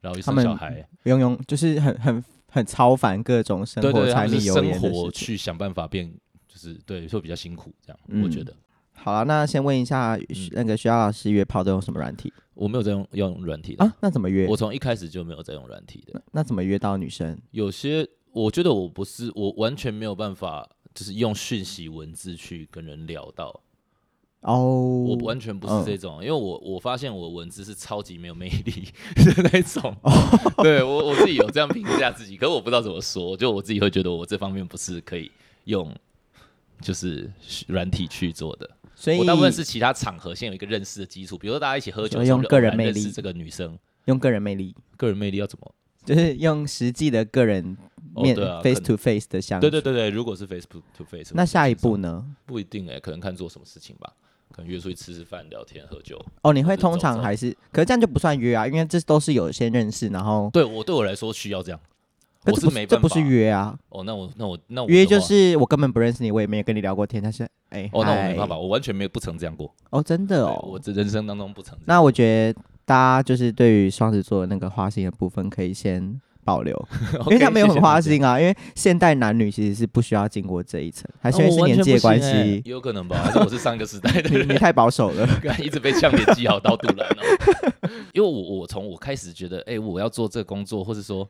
Speaker 3: 然后一
Speaker 1: 嗯他
Speaker 3: 生
Speaker 1: 们
Speaker 3: 小孩，
Speaker 1: 庸庸就是很很很超凡各种生
Speaker 3: 对对
Speaker 1: 活
Speaker 3: 对，他
Speaker 1: 柴
Speaker 3: 们
Speaker 1: 米
Speaker 3: 是
Speaker 1: 油
Speaker 3: 生
Speaker 1: 盐的
Speaker 3: 活
Speaker 1: 事情。
Speaker 3: 去想办法变，就是对，会比较辛苦这样。
Speaker 1: 嗯
Speaker 3: 我觉得
Speaker 1: 好了，那先问一下
Speaker 3: 嗯
Speaker 1: 那个徐瑶老师约炮都用什么软体
Speaker 3: 我没有在用用软体的，
Speaker 1: 啊？那怎么约
Speaker 3: 我？从一开始就没有在用软体的。
Speaker 1: 那怎么约到女生？
Speaker 3: 有些我觉得我不是，我完全没有办法，就是用讯息文字去跟人聊到。
Speaker 1: 哦，
Speaker 3: 我
Speaker 1: 我
Speaker 3: 完全不
Speaker 1: 嗯
Speaker 3: 是这种，因为我我发现我文字是超级没有魅力 的那种，
Speaker 1: 哦
Speaker 3: 对我我自己有这样评价自己，可是我不知道怎么说，就我自己会觉得我这方面不是可以用就是软体去做的，
Speaker 1: 所以
Speaker 3: 我大部分是其他场合先有一个认识的基础，比如说大家一起喝酒，
Speaker 1: 就用
Speaker 3: 从
Speaker 1: 个人
Speaker 3: 偶然
Speaker 1: 魅
Speaker 3: 认识
Speaker 1: 力
Speaker 3: 这个女生，
Speaker 1: 用个人魅力，
Speaker 3: 个人魅力要怎么？
Speaker 1: 就是用实际的个人
Speaker 3: 哦
Speaker 1: 面、
Speaker 3: 对啊
Speaker 1: face
Speaker 3: 可
Speaker 1: to face 的相处。
Speaker 3: 对对对对，如果是 face to to face，
Speaker 1: 那下一步
Speaker 3: 呢？
Speaker 1: 呢？
Speaker 3: 不一定哎、可能看做什么事情吧，可能约出去吃吃饭、聊天、喝酒。
Speaker 1: 哦，你
Speaker 3: 就
Speaker 1: 会
Speaker 3: 是
Speaker 1: 通
Speaker 3: 走
Speaker 1: 常
Speaker 3: 走
Speaker 1: 还是，可是这样就不算约啊，因为这都是有先认识，然后
Speaker 3: 对我对我来说需要这样，
Speaker 1: 可
Speaker 3: 我
Speaker 1: 这不
Speaker 3: 没
Speaker 1: 这
Speaker 3: 办法。
Speaker 1: 不是约啊，
Speaker 3: 哦，那我那我那我
Speaker 1: 约
Speaker 3: 的
Speaker 1: 就
Speaker 3: 话
Speaker 1: 是我根本不认识你，我也没有跟你聊过天，但是哎，
Speaker 3: 哦，那我
Speaker 1: 嗨
Speaker 3: 没办法，我完全没有不曾这样过。
Speaker 1: 哦，真的
Speaker 3: 对我
Speaker 1: 哦，
Speaker 3: 这人生当中不曾这样。
Speaker 1: 那我觉得大家就是对于双子座的那个花心的部分可以先。保 留，因为
Speaker 3: OK，
Speaker 1: 他没有
Speaker 3: 谢谢
Speaker 1: 很花
Speaker 3: 大家
Speaker 1: 心啊。因为现代男女其实是不需要经过这一层，还
Speaker 3: 啊
Speaker 1: 是因为
Speaker 3: 我
Speaker 1: 是
Speaker 3: 完
Speaker 1: 年
Speaker 3: 全
Speaker 1: 纪的
Speaker 3: 不
Speaker 1: 关
Speaker 3: 行欸
Speaker 1: 系。
Speaker 3: 有可能吧？还是我是上一个时代 的
Speaker 1: 你
Speaker 3: 人，
Speaker 1: 你太保守了。
Speaker 3: 一直被呛脸记好到肚腩哦。 因为我我从我开始觉得，哎、我要做这个工作，或是说。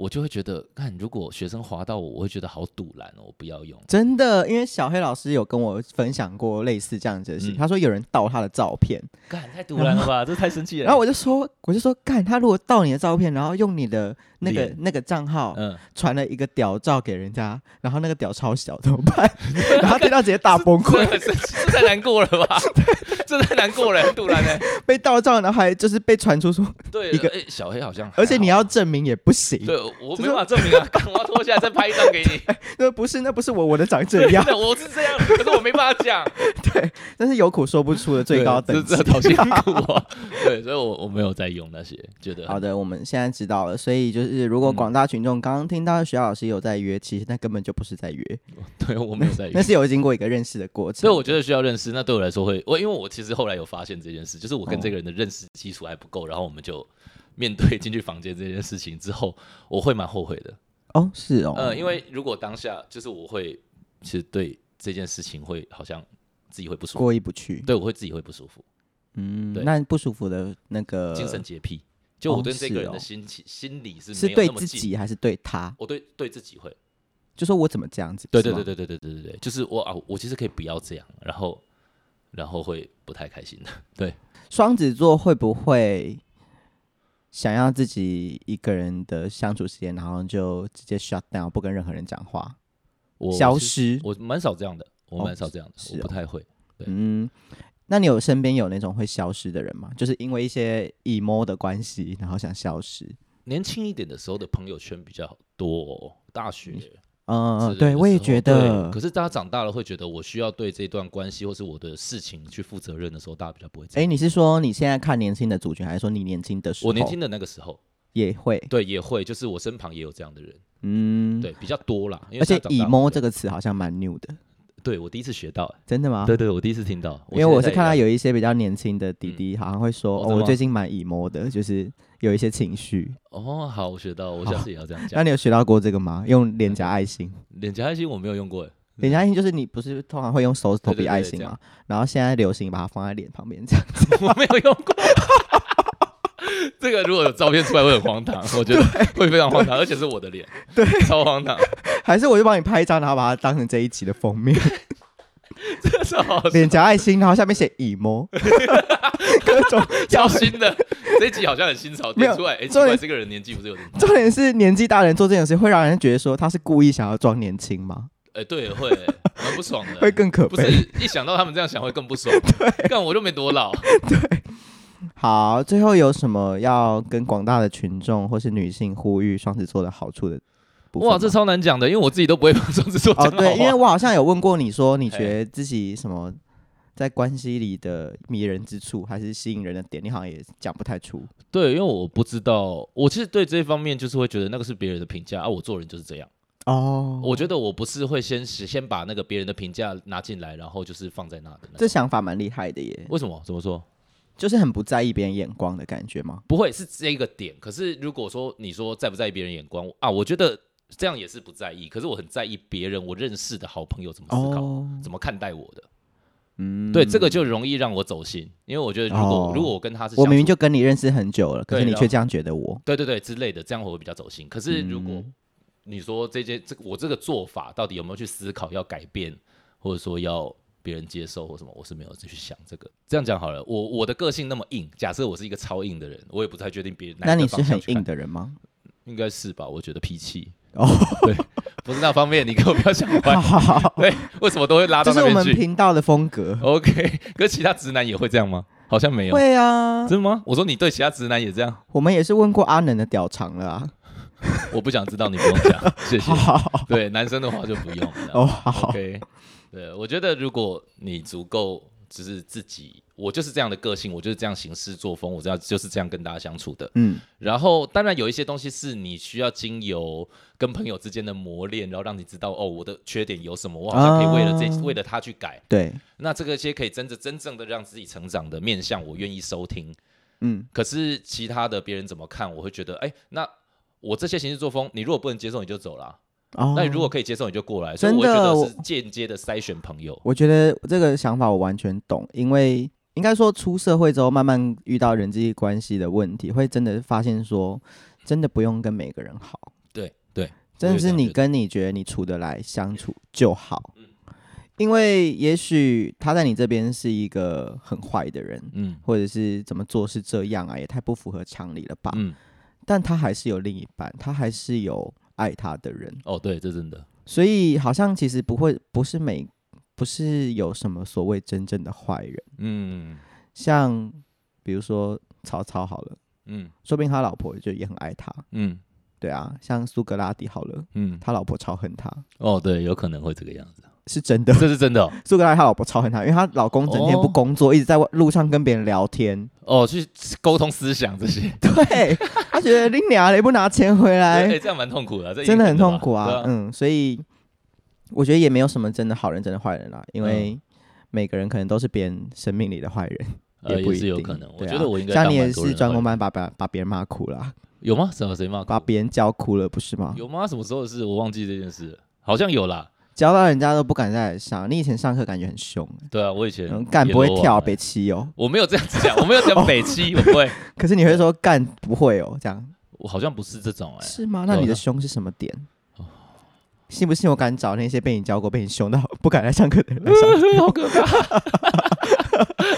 Speaker 3: 我就会觉得，看如果学生滑到我，我会觉得好堵然哦，我不要用。
Speaker 1: 真的，因为小黑老师有跟我分享过类似这样子的事情，
Speaker 3: 嗯
Speaker 1: 他说有人盗他的照片，
Speaker 3: 干太堵然 了吧，这太生气了。
Speaker 1: 然后我就说，我就说，干他如果盗你的照片，然后用你的那个
Speaker 3: 脸
Speaker 1: 那个账号、
Speaker 3: 嗯，
Speaker 1: 传了一个屌照给人家，然后那个屌超小怎么办？ 然后听到直接大崩
Speaker 3: 这
Speaker 1: 溃，
Speaker 3: 很生气，这太难过了 吧？ 这太难过了，杜兰呢？
Speaker 1: 被盗照，然后还就是被传出说，
Speaker 3: 对，
Speaker 1: 一个
Speaker 3: 哎小黑好像还好，
Speaker 1: 而且你要证明也不行，
Speaker 3: 对我
Speaker 1: 就
Speaker 3: 没
Speaker 1: 是
Speaker 3: 办法证明啊，干我要脱下来再拍一张给 你。
Speaker 1: 那不是那不是我，我的长这 样，
Speaker 3: 对，我是这样，可是我没办法讲，
Speaker 1: 但是有苦说不出的 最高等级
Speaker 3: 这。这好辛苦 哦。对，所以我我没有在用那些，觉得
Speaker 1: 好的，我们现在知道了，所以就是如果
Speaker 3: 嗯
Speaker 1: 广大群众刚刚听到徐老师有在约，其实那根本就不是在约，
Speaker 3: 对我没有在
Speaker 1: 那
Speaker 3: 用。
Speaker 1: 是有经过一个认识的过程。
Speaker 3: 所以我觉得需要认识，那对我来说会我，因为我其实后来有发现这件事，就是我跟这个人的认识基础还不够，然后我们就面对进去房间这件事情之后，我会蛮后悔的。
Speaker 1: 哦，是哦，
Speaker 3: 呃，因为如果当下就是我会，其实对这件事情会好像自己会不舒服，
Speaker 1: 过意不去。
Speaker 3: 对我会自己会不舒服，
Speaker 1: 嗯，
Speaker 3: 对
Speaker 1: 那不舒服的那个
Speaker 3: 精神洁癖。就我
Speaker 1: 呃哦
Speaker 3: 对这
Speaker 1: 是
Speaker 3: 个人
Speaker 1: 哦
Speaker 3: 的心情、心理是
Speaker 1: 是
Speaker 3: 没有
Speaker 1: 对
Speaker 3: 那么
Speaker 1: 自
Speaker 3: 近，
Speaker 1: 己还是对他？
Speaker 3: 我对对自己会，
Speaker 1: 就说我怎么这样子？
Speaker 3: 对对
Speaker 1: 是吗
Speaker 3: 对，对对对对对对，就是我啊，我其实可以不要这样，然后然后会不太开心的。
Speaker 1: 双子座会不会想要自己一个人的相处时间，然后就直接 shut down，不跟任何人讲话，
Speaker 3: 我
Speaker 1: 消
Speaker 3: 其实
Speaker 1: 失？
Speaker 3: 我蛮少这样的，我
Speaker 1: 哦
Speaker 3: 蛮少这样的，
Speaker 1: 是
Speaker 3: 我
Speaker 1: 哦
Speaker 3: 不太会。对
Speaker 1: 嗯，那你有身边有那种会消失的人吗？就是因为一些 emo 的关系，然后想消失？
Speaker 3: 年轻一点的时候的朋友圈比较多哦、大学
Speaker 1: 嗯，
Speaker 3: 之类
Speaker 1: 对，
Speaker 3: 的
Speaker 1: 我也
Speaker 3: 时候
Speaker 1: 觉
Speaker 3: 对
Speaker 1: 得
Speaker 3: 可。是大家长大了会觉得，我需要对这段关系或是我的事情去负责任的时候，大家比较不会这
Speaker 1: 哎，
Speaker 3: 样。
Speaker 1: 你是说你现在看年轻的族群，还是说你年轻的时候？
Speaker 3: 我年轻的那个时候，
Speaker 1: 也会，
Speaker 3: 对，也会，就是我身旁也有这样的人，
Speaker 1: 嗯，。
Speaker 3: 对，比较多啦。因为
Speaker 1: 而且
Speaker 3: 现在
Speaker 1: “
Speaker 3: 长大
Speaker 1: 以
Speaker 3: 了
Speaker 1: 摸”这个词好像蛮 new 的，
Speaker 3: 对我第一次学到、欸
Speaker 1: 真的吗？
Speaker 3: 对对，我第一次听到，
Speaker 1: 因为我是
Speaker 3: 现在
Speaker 1: 看到
Speaker 3: 也
Speaker 1: 有一些比较年轻的弟弟，好像会说，
Speaker 3: 哦
Speaker 1: 哦，
Speaker 3: 真的
Speaker 1: 我
Speaker 3: 吗
Speaker 1: 最近蛮 emo 的，就是有一些情绪。
Speaker 3: 哦，好，我学到，我下次也要这样
Speaker 1: 那
Speaker 3: 讲。
Speaker 1: 你有学到过这个吗？用脸颊爱心，
Speaker 3: 脸颊爱心我没有用过、欸，
Speaker 1: 脸颊爱心就是你不是通常会用手指头
Speaker 3: 对对
Speaker 1: 比
Speaker 3: 对
Speaker 1: 爱心
Speaker 3: 这
Speaker 1: 吗
Speaker 3: 样？
Speaker 1: 然后现在流行把它放在脸旁边这样。
Speaker 3: 我没有用过。 这个如果有照片出来会很荒唐，我觉得会非常荒唐，而且是我的脸，对，超荒唐，
Speaker 1: 还是我就帮你拍一张，然后把它当成这一集的封 面，
Speaker 3: 这是好
Speaker 1: 脸颊爱心，然后下面写 emo，各种
Speaker 3: 超新的。这一集好像很新潮，
Speaker 1: 没有
Speaker 3: 点出来，哎，奇
Speaker 1: 重点
Speaker 3: 怪，这个人年纪不是有点 大？
Speaker 1: 重点是年纪大人做这种事，会让人觉得说他是故意想要装年轻吗？
Speaker 3: 哎，对，会蛮不爽的，
Speaker 1: 会更可
Speaker 3: 不是
Speaker 1: 悲。
Speaker 3: 一想到他们这样想会更不爽。但我就没多老，
Speaker 1: 好，最后有什么要跟广大的群众或是女性呼吁双子座的好处的部分吗？
Speaker 3: 哇，这超啊难讲的，因为我自己都不会帮双子座
Speaker 1: 哦，
Speaker 3: 讲好
Speaker 1: 对，因为
Speaker 3: 话。
Speaker 1: 我好像有问过你说，你
Speaker 3: 嘿
Speaker 1: 觉得自己什么在关系里的迷人之处，还是吸引人的点，你好像也讲不太出。
Speaker 3: 对，因为我不知道，我其实对这方面就是会觉得那个是别人的评价啊，我做人就是这样。
Speaker 1: 哦
Speaker 3: 我觉得我不是会先先把那个别人的评价拿进来，然后就是放在那的那种。
Speaker 1: 这想法蛮厉害的耶，
Speaker 3: 为什么？怎么说？
Speaker 1: 就是很不在意别人眼光的感觉吗？
Speaker 3: 不会是这个点。可是如果说你说在不在意别人眼光啊，我觉得这样也是不在意。可是我很在意别人，我认识的好朋友怎么思考，
Speaker 1: 哦，
Speaker 3: 怎么看待我的。
Speaker 1: 嗯
Speaker 3: 对，这个就容易让我走心，因为我觉得如果、
Speaker 1: 哦
Speaker 3: 如果我跟他是
Speaker 1: 我明明
Speaker 3: 相处
Speaker 1: 就跟你认识很久了，可是
Speaker 3: 对
Speaker 1: 你
Speaker 3: 然
Speaker 1: 却
Speaker 3: 后
Speaker 1: 这样觉得我。
Speaker 3: 对对对之类的，这样我会比较走心。可是如果
Speaker 1: 嗯
Speaker 3: 你说这些这我这个做法到底有没有去思考要改变，或者说要别人接受或什么，我是没有去想这个。这样讲好了，我我的个性那么硬，假设我是一个超硬的人，我也不太确定别人。
Speaker 1: 那你是很硬，的人 吗？
Speaker 3: 应该是吧？我觉得脾气
Speaker 1: 哦，
Speaker 3: 对，不是那方面，你给我不要想
Speaker 1: 好
Speaker 3: 歪。
Speaker 1: 好好，
Speaker 3: 对，为什么都会拉
Speaker 1: 这
Speaker 3: 到
Speaker 1: 是
Speaker 3: 那
Speaker 1: 我
Speaker 3: 边
Speaker 1: 们
Speaker 3: 去
Speaker 1: 频道的风格。
Speaker 3: ？OK，可 是其他直男也会这样吗？好像没有，
Speaker 1: 会啊，
Speaker 3: 真的吗？我说你对其他直男也这样，
Speaker 1: 我们也是问过阿能的屌长了 啊。哦
Speaker 3: 我不想知道，你不用讲，谢谢
Speaker 1: 好。好好
Speaker 3: 对，男生的话就不用。
Speaker 1: 哦，好好
Speaker 3: OK，对，我觉得如果你足够，只是自己，我就是这样的个性，我就是这样行事作风，我这样就是这样跟大家相处的。
Speaker 1: 嗯，
Speaker 3: 然后，当然有一些东西是你需要经由跟朋友之间的磨练，然后让你知道哦，我的缺点有什么，我好像可以为了这、
Speaker 1: 啊
Speaker 3: 为了他去改。
Speaker 1: 对，
Speaker 3: 那这个些可以真的真正的让自己成长的面向，我愿意收听。
Speaker 1: 嗯，
Speaker 3: 可是其他的别人怎么看，我会觉得，哎，那我这些行事作风，你如果不能接受，你就走啦。
Speaker 1: 哦
Speaker 3: 那你如果可以接受，你就过来。所以
Speaker 1: 真
Speaker 3: 我
Speaker 1: 的
Speaker 3: 觉得
Speaker 1: 我
Speaker 3: 是间接的筛选朋友。
Speaker 1: 我觉得这个想法我完全懂，因为应该说出社会之后，慢慢遇到人际关系的问题，会真的发现说，真的不用跟每个人好，
Speaker 3: 对对，
Speaker 1: 真的
Speaker 3: 我也这
Speaker 1: 是
Speaker 3: 样
Speaker 1: 你
Speaker 3: 觉得
Speaker 1: 跟你觉得你处得来相处就好。
Speaker 3: 嗯
Speaker 1: 因为也许他在你这边是一个很坏的人，
Speaker 3: 嗯
Speaker 1: 或者是怎么做是这样啊，也太不符合常理了吧？
Speaker 3: 嗯，
Speaker 1: 但他还是有另一半，他还是有爱他的人。
Speaker 3: 哦，对，这真的
Speaker 1: 所以好像其实不会，不是每不是有什么所谓真正的坏人，
Speaker 3: 嗯
Speaker 1: 像比如说曹操好了，
Speaker 3: 嗯
Speaker 1: 说不定他老婆就也很爱他，
Speaker 3: 嗯
Speaker 1: 对啊，像苏格拉底好了，
Speaker 3: 嗯，
Speaker 1: 他老婆超恨他，
Speaker 3: 哦，对，有可能会这个样子，
Speaker 1: 是真的。
Speaker 3: 这是真的哦。
Speaker 1: 苏格拉底他老婆超恨他，因为他老公整天不
Speaker 3: 哦
Speaker 1: 工作，一直在外路上跟别人聊天，
Speaker 3: 哦，去沟通思想这些，
Speaker 1: 对他觉得你俩也不拿钱回
Speaker 3: 哎，
Speaker 1: 来，
Speaker 3: 这样蛮痛苦的啊，这一定
Speaker 1: 真的很
Speaker 3: 吧
Speaker 1: 痛苦
Speaker 3: 对
Speaker 1: 啊。嗯，所以我觉得也没有什么真的好人，真的坏人啦，
Speaker 3: 嗯
Speaker 1: 因为每个人可能都是别人生命里的坏人。
Speaker 3: 呃，
Speaker 1: 不一
Speaker 3: 也是
Speaker 1: 定
Speaker 3: 有可能。我
Speaker 1: 对
Speaker 3: 觉
Speaker 1: 啊
Speaker 3: 得我应该
Speaker 1: 像
Speaker 3: 当
Speaker 1: 你也
Speaker 3: 蛮多
Speaker 1: 是
Speaker 3: 人的
Speaker 1: 专
Speaker 3: 坏
Speaker 1: 攻
Speaker 3: 人
Speaker 1: 班把把把别人骂哭了，
Speaker 3: 有吗？什么谁骂哭？
Speaker 1: 把别人教哭了，不是吗？
Speaker 3: 有吗？什么时候的事？我忘记这件事了，好像有啦。
Speaker 1: 教到人家都不敢再来上。你以前上课感觉很凶，
Speaker 3: 对啊，我以前
Speaker 1: 嗯干
Speaker 3: 也
Speaker 1: 不会
Speaker 3: 都忘
Speaker 1: 跳哦
Speaker 3: 了
Speaker 1: 被欺 哦，
Speaker 3: 我没有这样子讲，我 没有讲北七，我不会，
Speaker 1: 可是你
Speaker 3: 啊
Speaker 1: 会说干不会哦，这样
Speaker 3: 我好像不是这种哎。
Speaker 1: 是吗？那你的
Speaker 3: 对哦
Speaker 1: 凶是什么点？信不信我敢找那些被你教过、被你凶到 不敢来上课的人来上？
Speaker 3: 好可怕，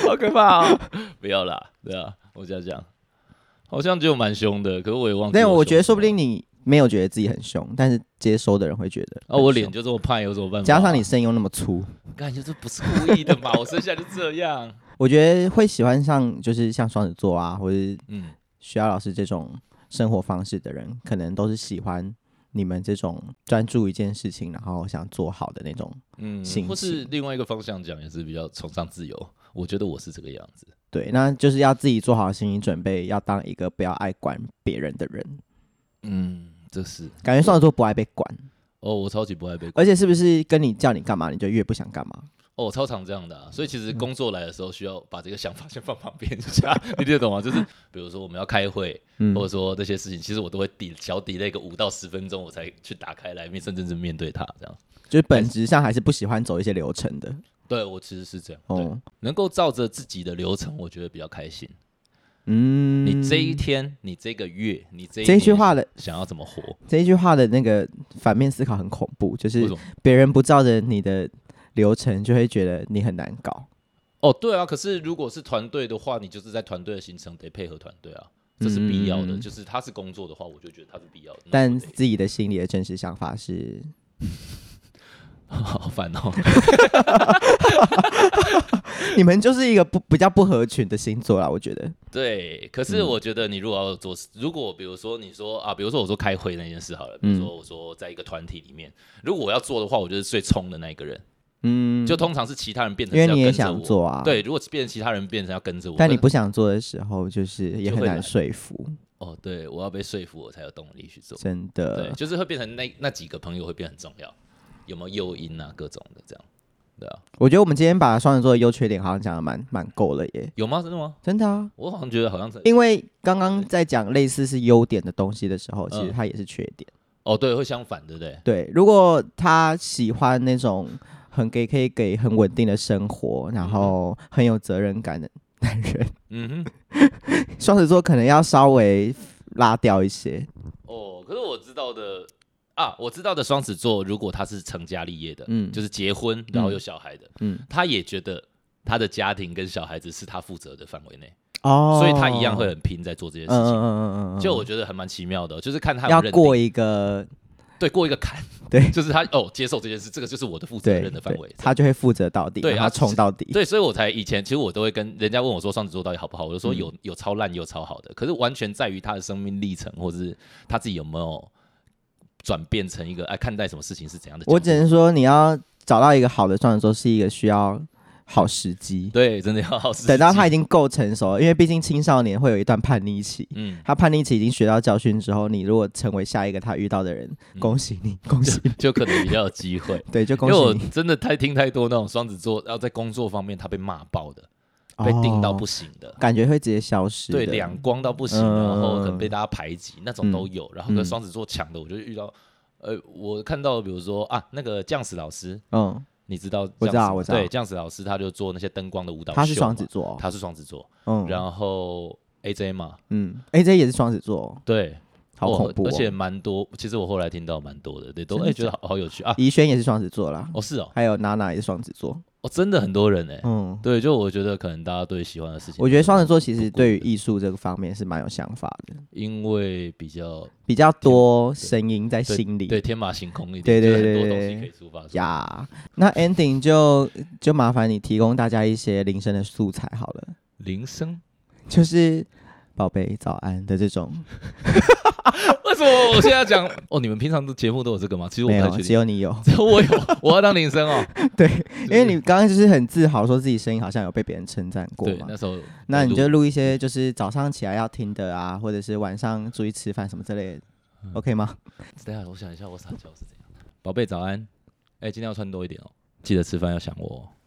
Speaker 3: 好可怕、哦！不要啦，对啊，我这样讲，好像就蛮凶的，哦可是我也忘记。
Speaker 1: 但我觉得说不定
Speaker 3: 你
Speaker 1: 你没有觉得自己很凶，但是接收的人会觉得
Speaker 3: 啊，我
Speaker 1: 很
Speaker 3: 脸
Speaker 1: 凶
Speaker 3: 就这么胖，有什么啊办法？
Speaker 1: 加上你，声音又那么粗，
Speaker 3: 感觉这不是故意的嘛，我生下来就这样。
Speaker 1: 我觉得会喜欢上就是像双子座啊，或者是
Speaker 3: 嗯，
Speaker 1: 徐瑶老师这种生活方式的人，可能都是喜欢你们这种专注一件事情，然后想做好的那种。
Speaker 3: 嗯
Speaker 1: 心，
Speaker 3: 或是
Speaker 1: 情
Speaker 3: 另外一个方向讲，也是比较崇尚自由。我觉得我是这个样子，
Speaker 1: 对，那就是要自己做好心理准备，要当一个不要爱管别人的人。
Speaker 3: 嗯，这是
Speaker 1: 感觉双子座不爱被管，
Speaker 3: 哦，我超级不爱被管，
Speaker 1: 而且是不是跟你叫你干嘛，你就越不想干嘛？
Speaker 3: 哦，我超常这样的、啊，所以其实工作来的时候，需要把这个想法先放旁边一下， 你听得懂吗？就是比如说我们要开会，
Speaker 1: 嗯
Speaker 3: 或者说这些事情，其实我都会抵小抵那个五到十分钟，我才去打开来面，甚至是面对它这样。
Speaker 1: 就是本质上还是不喜欢走一些流程的。
Speaker 3: 对我其实是这样，对，
Speaker 1: 哦，
Speaker 3: 能够照着自己的流程，我觉得比较开心。
Speaker 1: 嗯，
Speaker 3: 你这一天，你这个月，你这一
Speaker 1: 这一句
Speaker 3: 年
Speaker 1: 话的
Speaker 3: 想要怎么活？
Speaker 1: 这一句话的那个反面思考很恐怖，就
Speaker 3: 为
Speaker 1: 是
Speaker 3: 什么？
Speaker 1: 别人不照着你的流程，就会觉得你很难搞。
Speaker 3: 哦，对啊，可是如果是团队的话，你就是在团队的行程得配合团队啊，这是必要的。
Speaker 1: 嗯
Speaker 3: 就是他是工作的话，我就觉得他是必要的。那
Speaker 1: 但
Speaker 3: 我得
Speaker 1: 自己的心里的真实想法是，
Speaker 3: 好烦哦，
Speaker 1: 你们就是一个不比较不合群的星座啦，我觉得。
Speaker 3: 对。可
Speaker 1: 嗯
Speaker 3: 是我觉得你如果要做，如果比如说你说啊，比如说我说开会那件事好了，
Speaker 1: 嗯
Speaker 3: 比如说我说在一个团体里面，如果我要做的话，我就是最冲的那一个人。
Speaker 1: 嗯，
Speaker 3: 就通常是其他人变成
Speaker 1: 因为
Speaker 3: 是要
Speaker 1: 你也
Speaker 3: 跟着
Speaker 1: 想
Speaker 3: 我，
Speaker 1: 做啊，。
Speaker 3: 对。如果变成其他人变成要跟着我，
Speaker 1: 但你
Speaker 3: 会
Speaker 1: 不想做的时候，就是也
Speaker 3: 就
Speaker 1: 很
Speaker 3: 会
Speaker 1: 难
Speaker 3: 懒
Speaker 1: 说服，
Speaker 3: 哦，对我要被说服，我才有动力去做。
Speaker 1: 真
Speaker 3: 对，
Speaker 1: 的。
Speaker 3: 就是会变成那那几个朋友会变得很重要，有没有诱因啊，各种的这样，对啊。
Speaker 1: 我觉得我们今天把双子座的优缺点好像讲的蛮蛮够了耶，
Speaker 3: 有吗？真的吗？
Speaker 1: 真的啊。
Speaker 3: 我好像觉得好像是
Speaker 1: 因为刚刚在讲类似是优点的东西的时候，其实
Speaker 3: 嗯
Speaker 1: 它也是缺点。
Speaker 3: 哦，对，会相反，对不对？
Speaker 1: 对，如果他喜欢那种很给可以给很稳定的生活，然后很有责任感的 男人，
Speaker 3: 嗯哼，
Speaker 1: 双子座可能要稍微拉掉一些。
Speaker 3: 哦，可是我知道的啊，我知道的双子座，如果他是成家立业的，
Speaker 1: 嗯
Speaker 3: 就是结婚然后有小孩的，
Speaker 1: 嗯，
Speaker 3: 他也觉得他的家庭跟小孩子是他负责的范围内，
Speaker 1: 哦，
Speaker 3: 所以他一样会很拼在做这些
Speaker 1: 嗯
Speaker 3: 事
Speaker 1: 嗯
Speaker 3: 情。
Speaker 1: 嗯嗯嗯嗯，
Speaker 3: 就我觉得还蛮奇妙的哦，就是看他有
Speaker 1: 要
Speaker 3: 认定
Speaker 1: 过一个
Speaker 3: 对过一个坎，
Speaker 1: 对
Speaker 3: 就是他哦接受这件事，这个就是我的负责
Speaker 1: 对
Speaker 3: 任的范围
Speaker 1: 对，他就会负责到底，
Speaker 3: 对
Speaker 1: 然后
Speaker 3: 啊
Speaker 1: 冲到底。
Speaker 3: 对，所以我才以前其实我都会跟人家问我说双子座到底好不好，我就说
Speaker 1: 嗯
Speaker 3: 有、有超烂也有超好的，可是完全在于他的生命历程，或者是他自己有没有转变成一个哎看待什么事情是怎样的角度。
Speaker 1: 我只能说，你要找到一个好的双子座是一个需要好时机，
Speaker 3: 对，真的要好时机
Speaker 1: 等到他已经够成熟了，因为毕竟青少年会有一段叛逆期。
Speaker 3: 嗯，
Speaker 1: 他叛逆期已经学到教训之后，你如果成为下一个他遇到的人，
Speaker 3: 嗯
Speaker 1: 恭喜你， 恭喜 你，
Speaker 3: 就可能比较有机会。
Speaker 1: 对，就
Speaker 3: 因
Speaker 1: 恭
Speaker 3: 为我
Speaker 1: 喜你。
Speaker 3: 真的太听太多那种双子座，然后在工作方面他被骂爆的，被定到不
Speaker 1: 哦
Speaker 3: 行的，
Speaker 1: 感觉会直接消失的。
Speaker 3: 对，两光到不行，
Speaker 1: 嗯
Speaker 3: 然后可能被大家排挤，那种都有。然后
Speaker 1: 嗯
Speaker 3: 跟双子座抢的，我就遇到，呃，我看到比如说啊，那个酱死老师，
Speaker 1: 嗯，
Speaker 3: 你知道酱
Speaker 1: 我
Speaker 3: 死吗？
Speaker 1: 知道我知道
Speaker 3: 对，酱死老师他就做那些灯光的舞蹈秀嘛，
Speaker 1: 他是双子座哦，
Speaker 3: 他是双子座，
Speaker 1: 嗯，
Speaker 3: 然后 AJ 嘛，
Speaker 1: 嗯，AJ 也是双子座哦，
Speaker 3: 对，
Speaker 1: 好
Speaker 3: 我
Speaker 1: 恐怖、哦。
Speaker 3: 而且蛮多。其实我后来听到蛮多的，对，都
Speaker 1: 真
Speaker 3: 哎、
Speaker 1: 的
Speaker 3: 觉得好好有趣啊。
Speaker 1: 怡轩也是双子座啦，
Speaker 3: 哦，是哦，
Speaker 1: 还有娜娜也是双子座。
Speaker 3: 哦，真的很多人哎、
Speaker 1: 嗯，
Speaker 3: 对，就我觉得可能大家对喜欢的事情，
Speaker 1: 我觉得双子座其
Speaker 3: 不
Speaker 1: 实
Speaker 3: 过
Speaker 1: 对于艺术这个方面是蛮有想法的，
Speaker 3: 因为比较
Speaker 1: 比较多声音在心里。
Speaker 3: 对天马行空一点，
Speaker 1: 对对
Speaker 3: 就是
Speaker 1: 对
Speaker 3: 很多东
Speaker 1: 对
Speaker 3: 西可以抒发出来。
Speaker 1: 呀那 ending 就就麻烦你提供大家一些铃声的素材好了，
Speaker 3: 铃声
Speaker 1: 就是宝贝早安的这种，
Speaker 3: 为什么我现在讲？哦，你们平常的节目都有这个吗？其实我
Speaker 1: 没
Speaker 3: 不太
Speaker 1: 有，
Speaker 3: 确
Speaker 1: 只
Speaker 3: 定。
Speaker 1: 有你 有。
Speaker 3: 只有我有，我要当铃 声哦。
Speaker 1: 对，因
Speaker 3: 因
Speaker 1: 为你刚刚就是很自豪说自己声音好像有被别人称赞过
Speaker 3: 对
Speaker 1: 嘛
Speaker 3: 那，时候有录，
Speaker 1: 那你就录一些就是早上起来要听的啊，或者是晚上注意吃饭什么之类的，OK
Speaker 3: 嗯
Speaker 1: 吗？
Speaker 3: 等一下我想一下，我撒娇是怎样？宝贝早安，哎、今天要穿多一点哦，记得吃饭要想我、哦。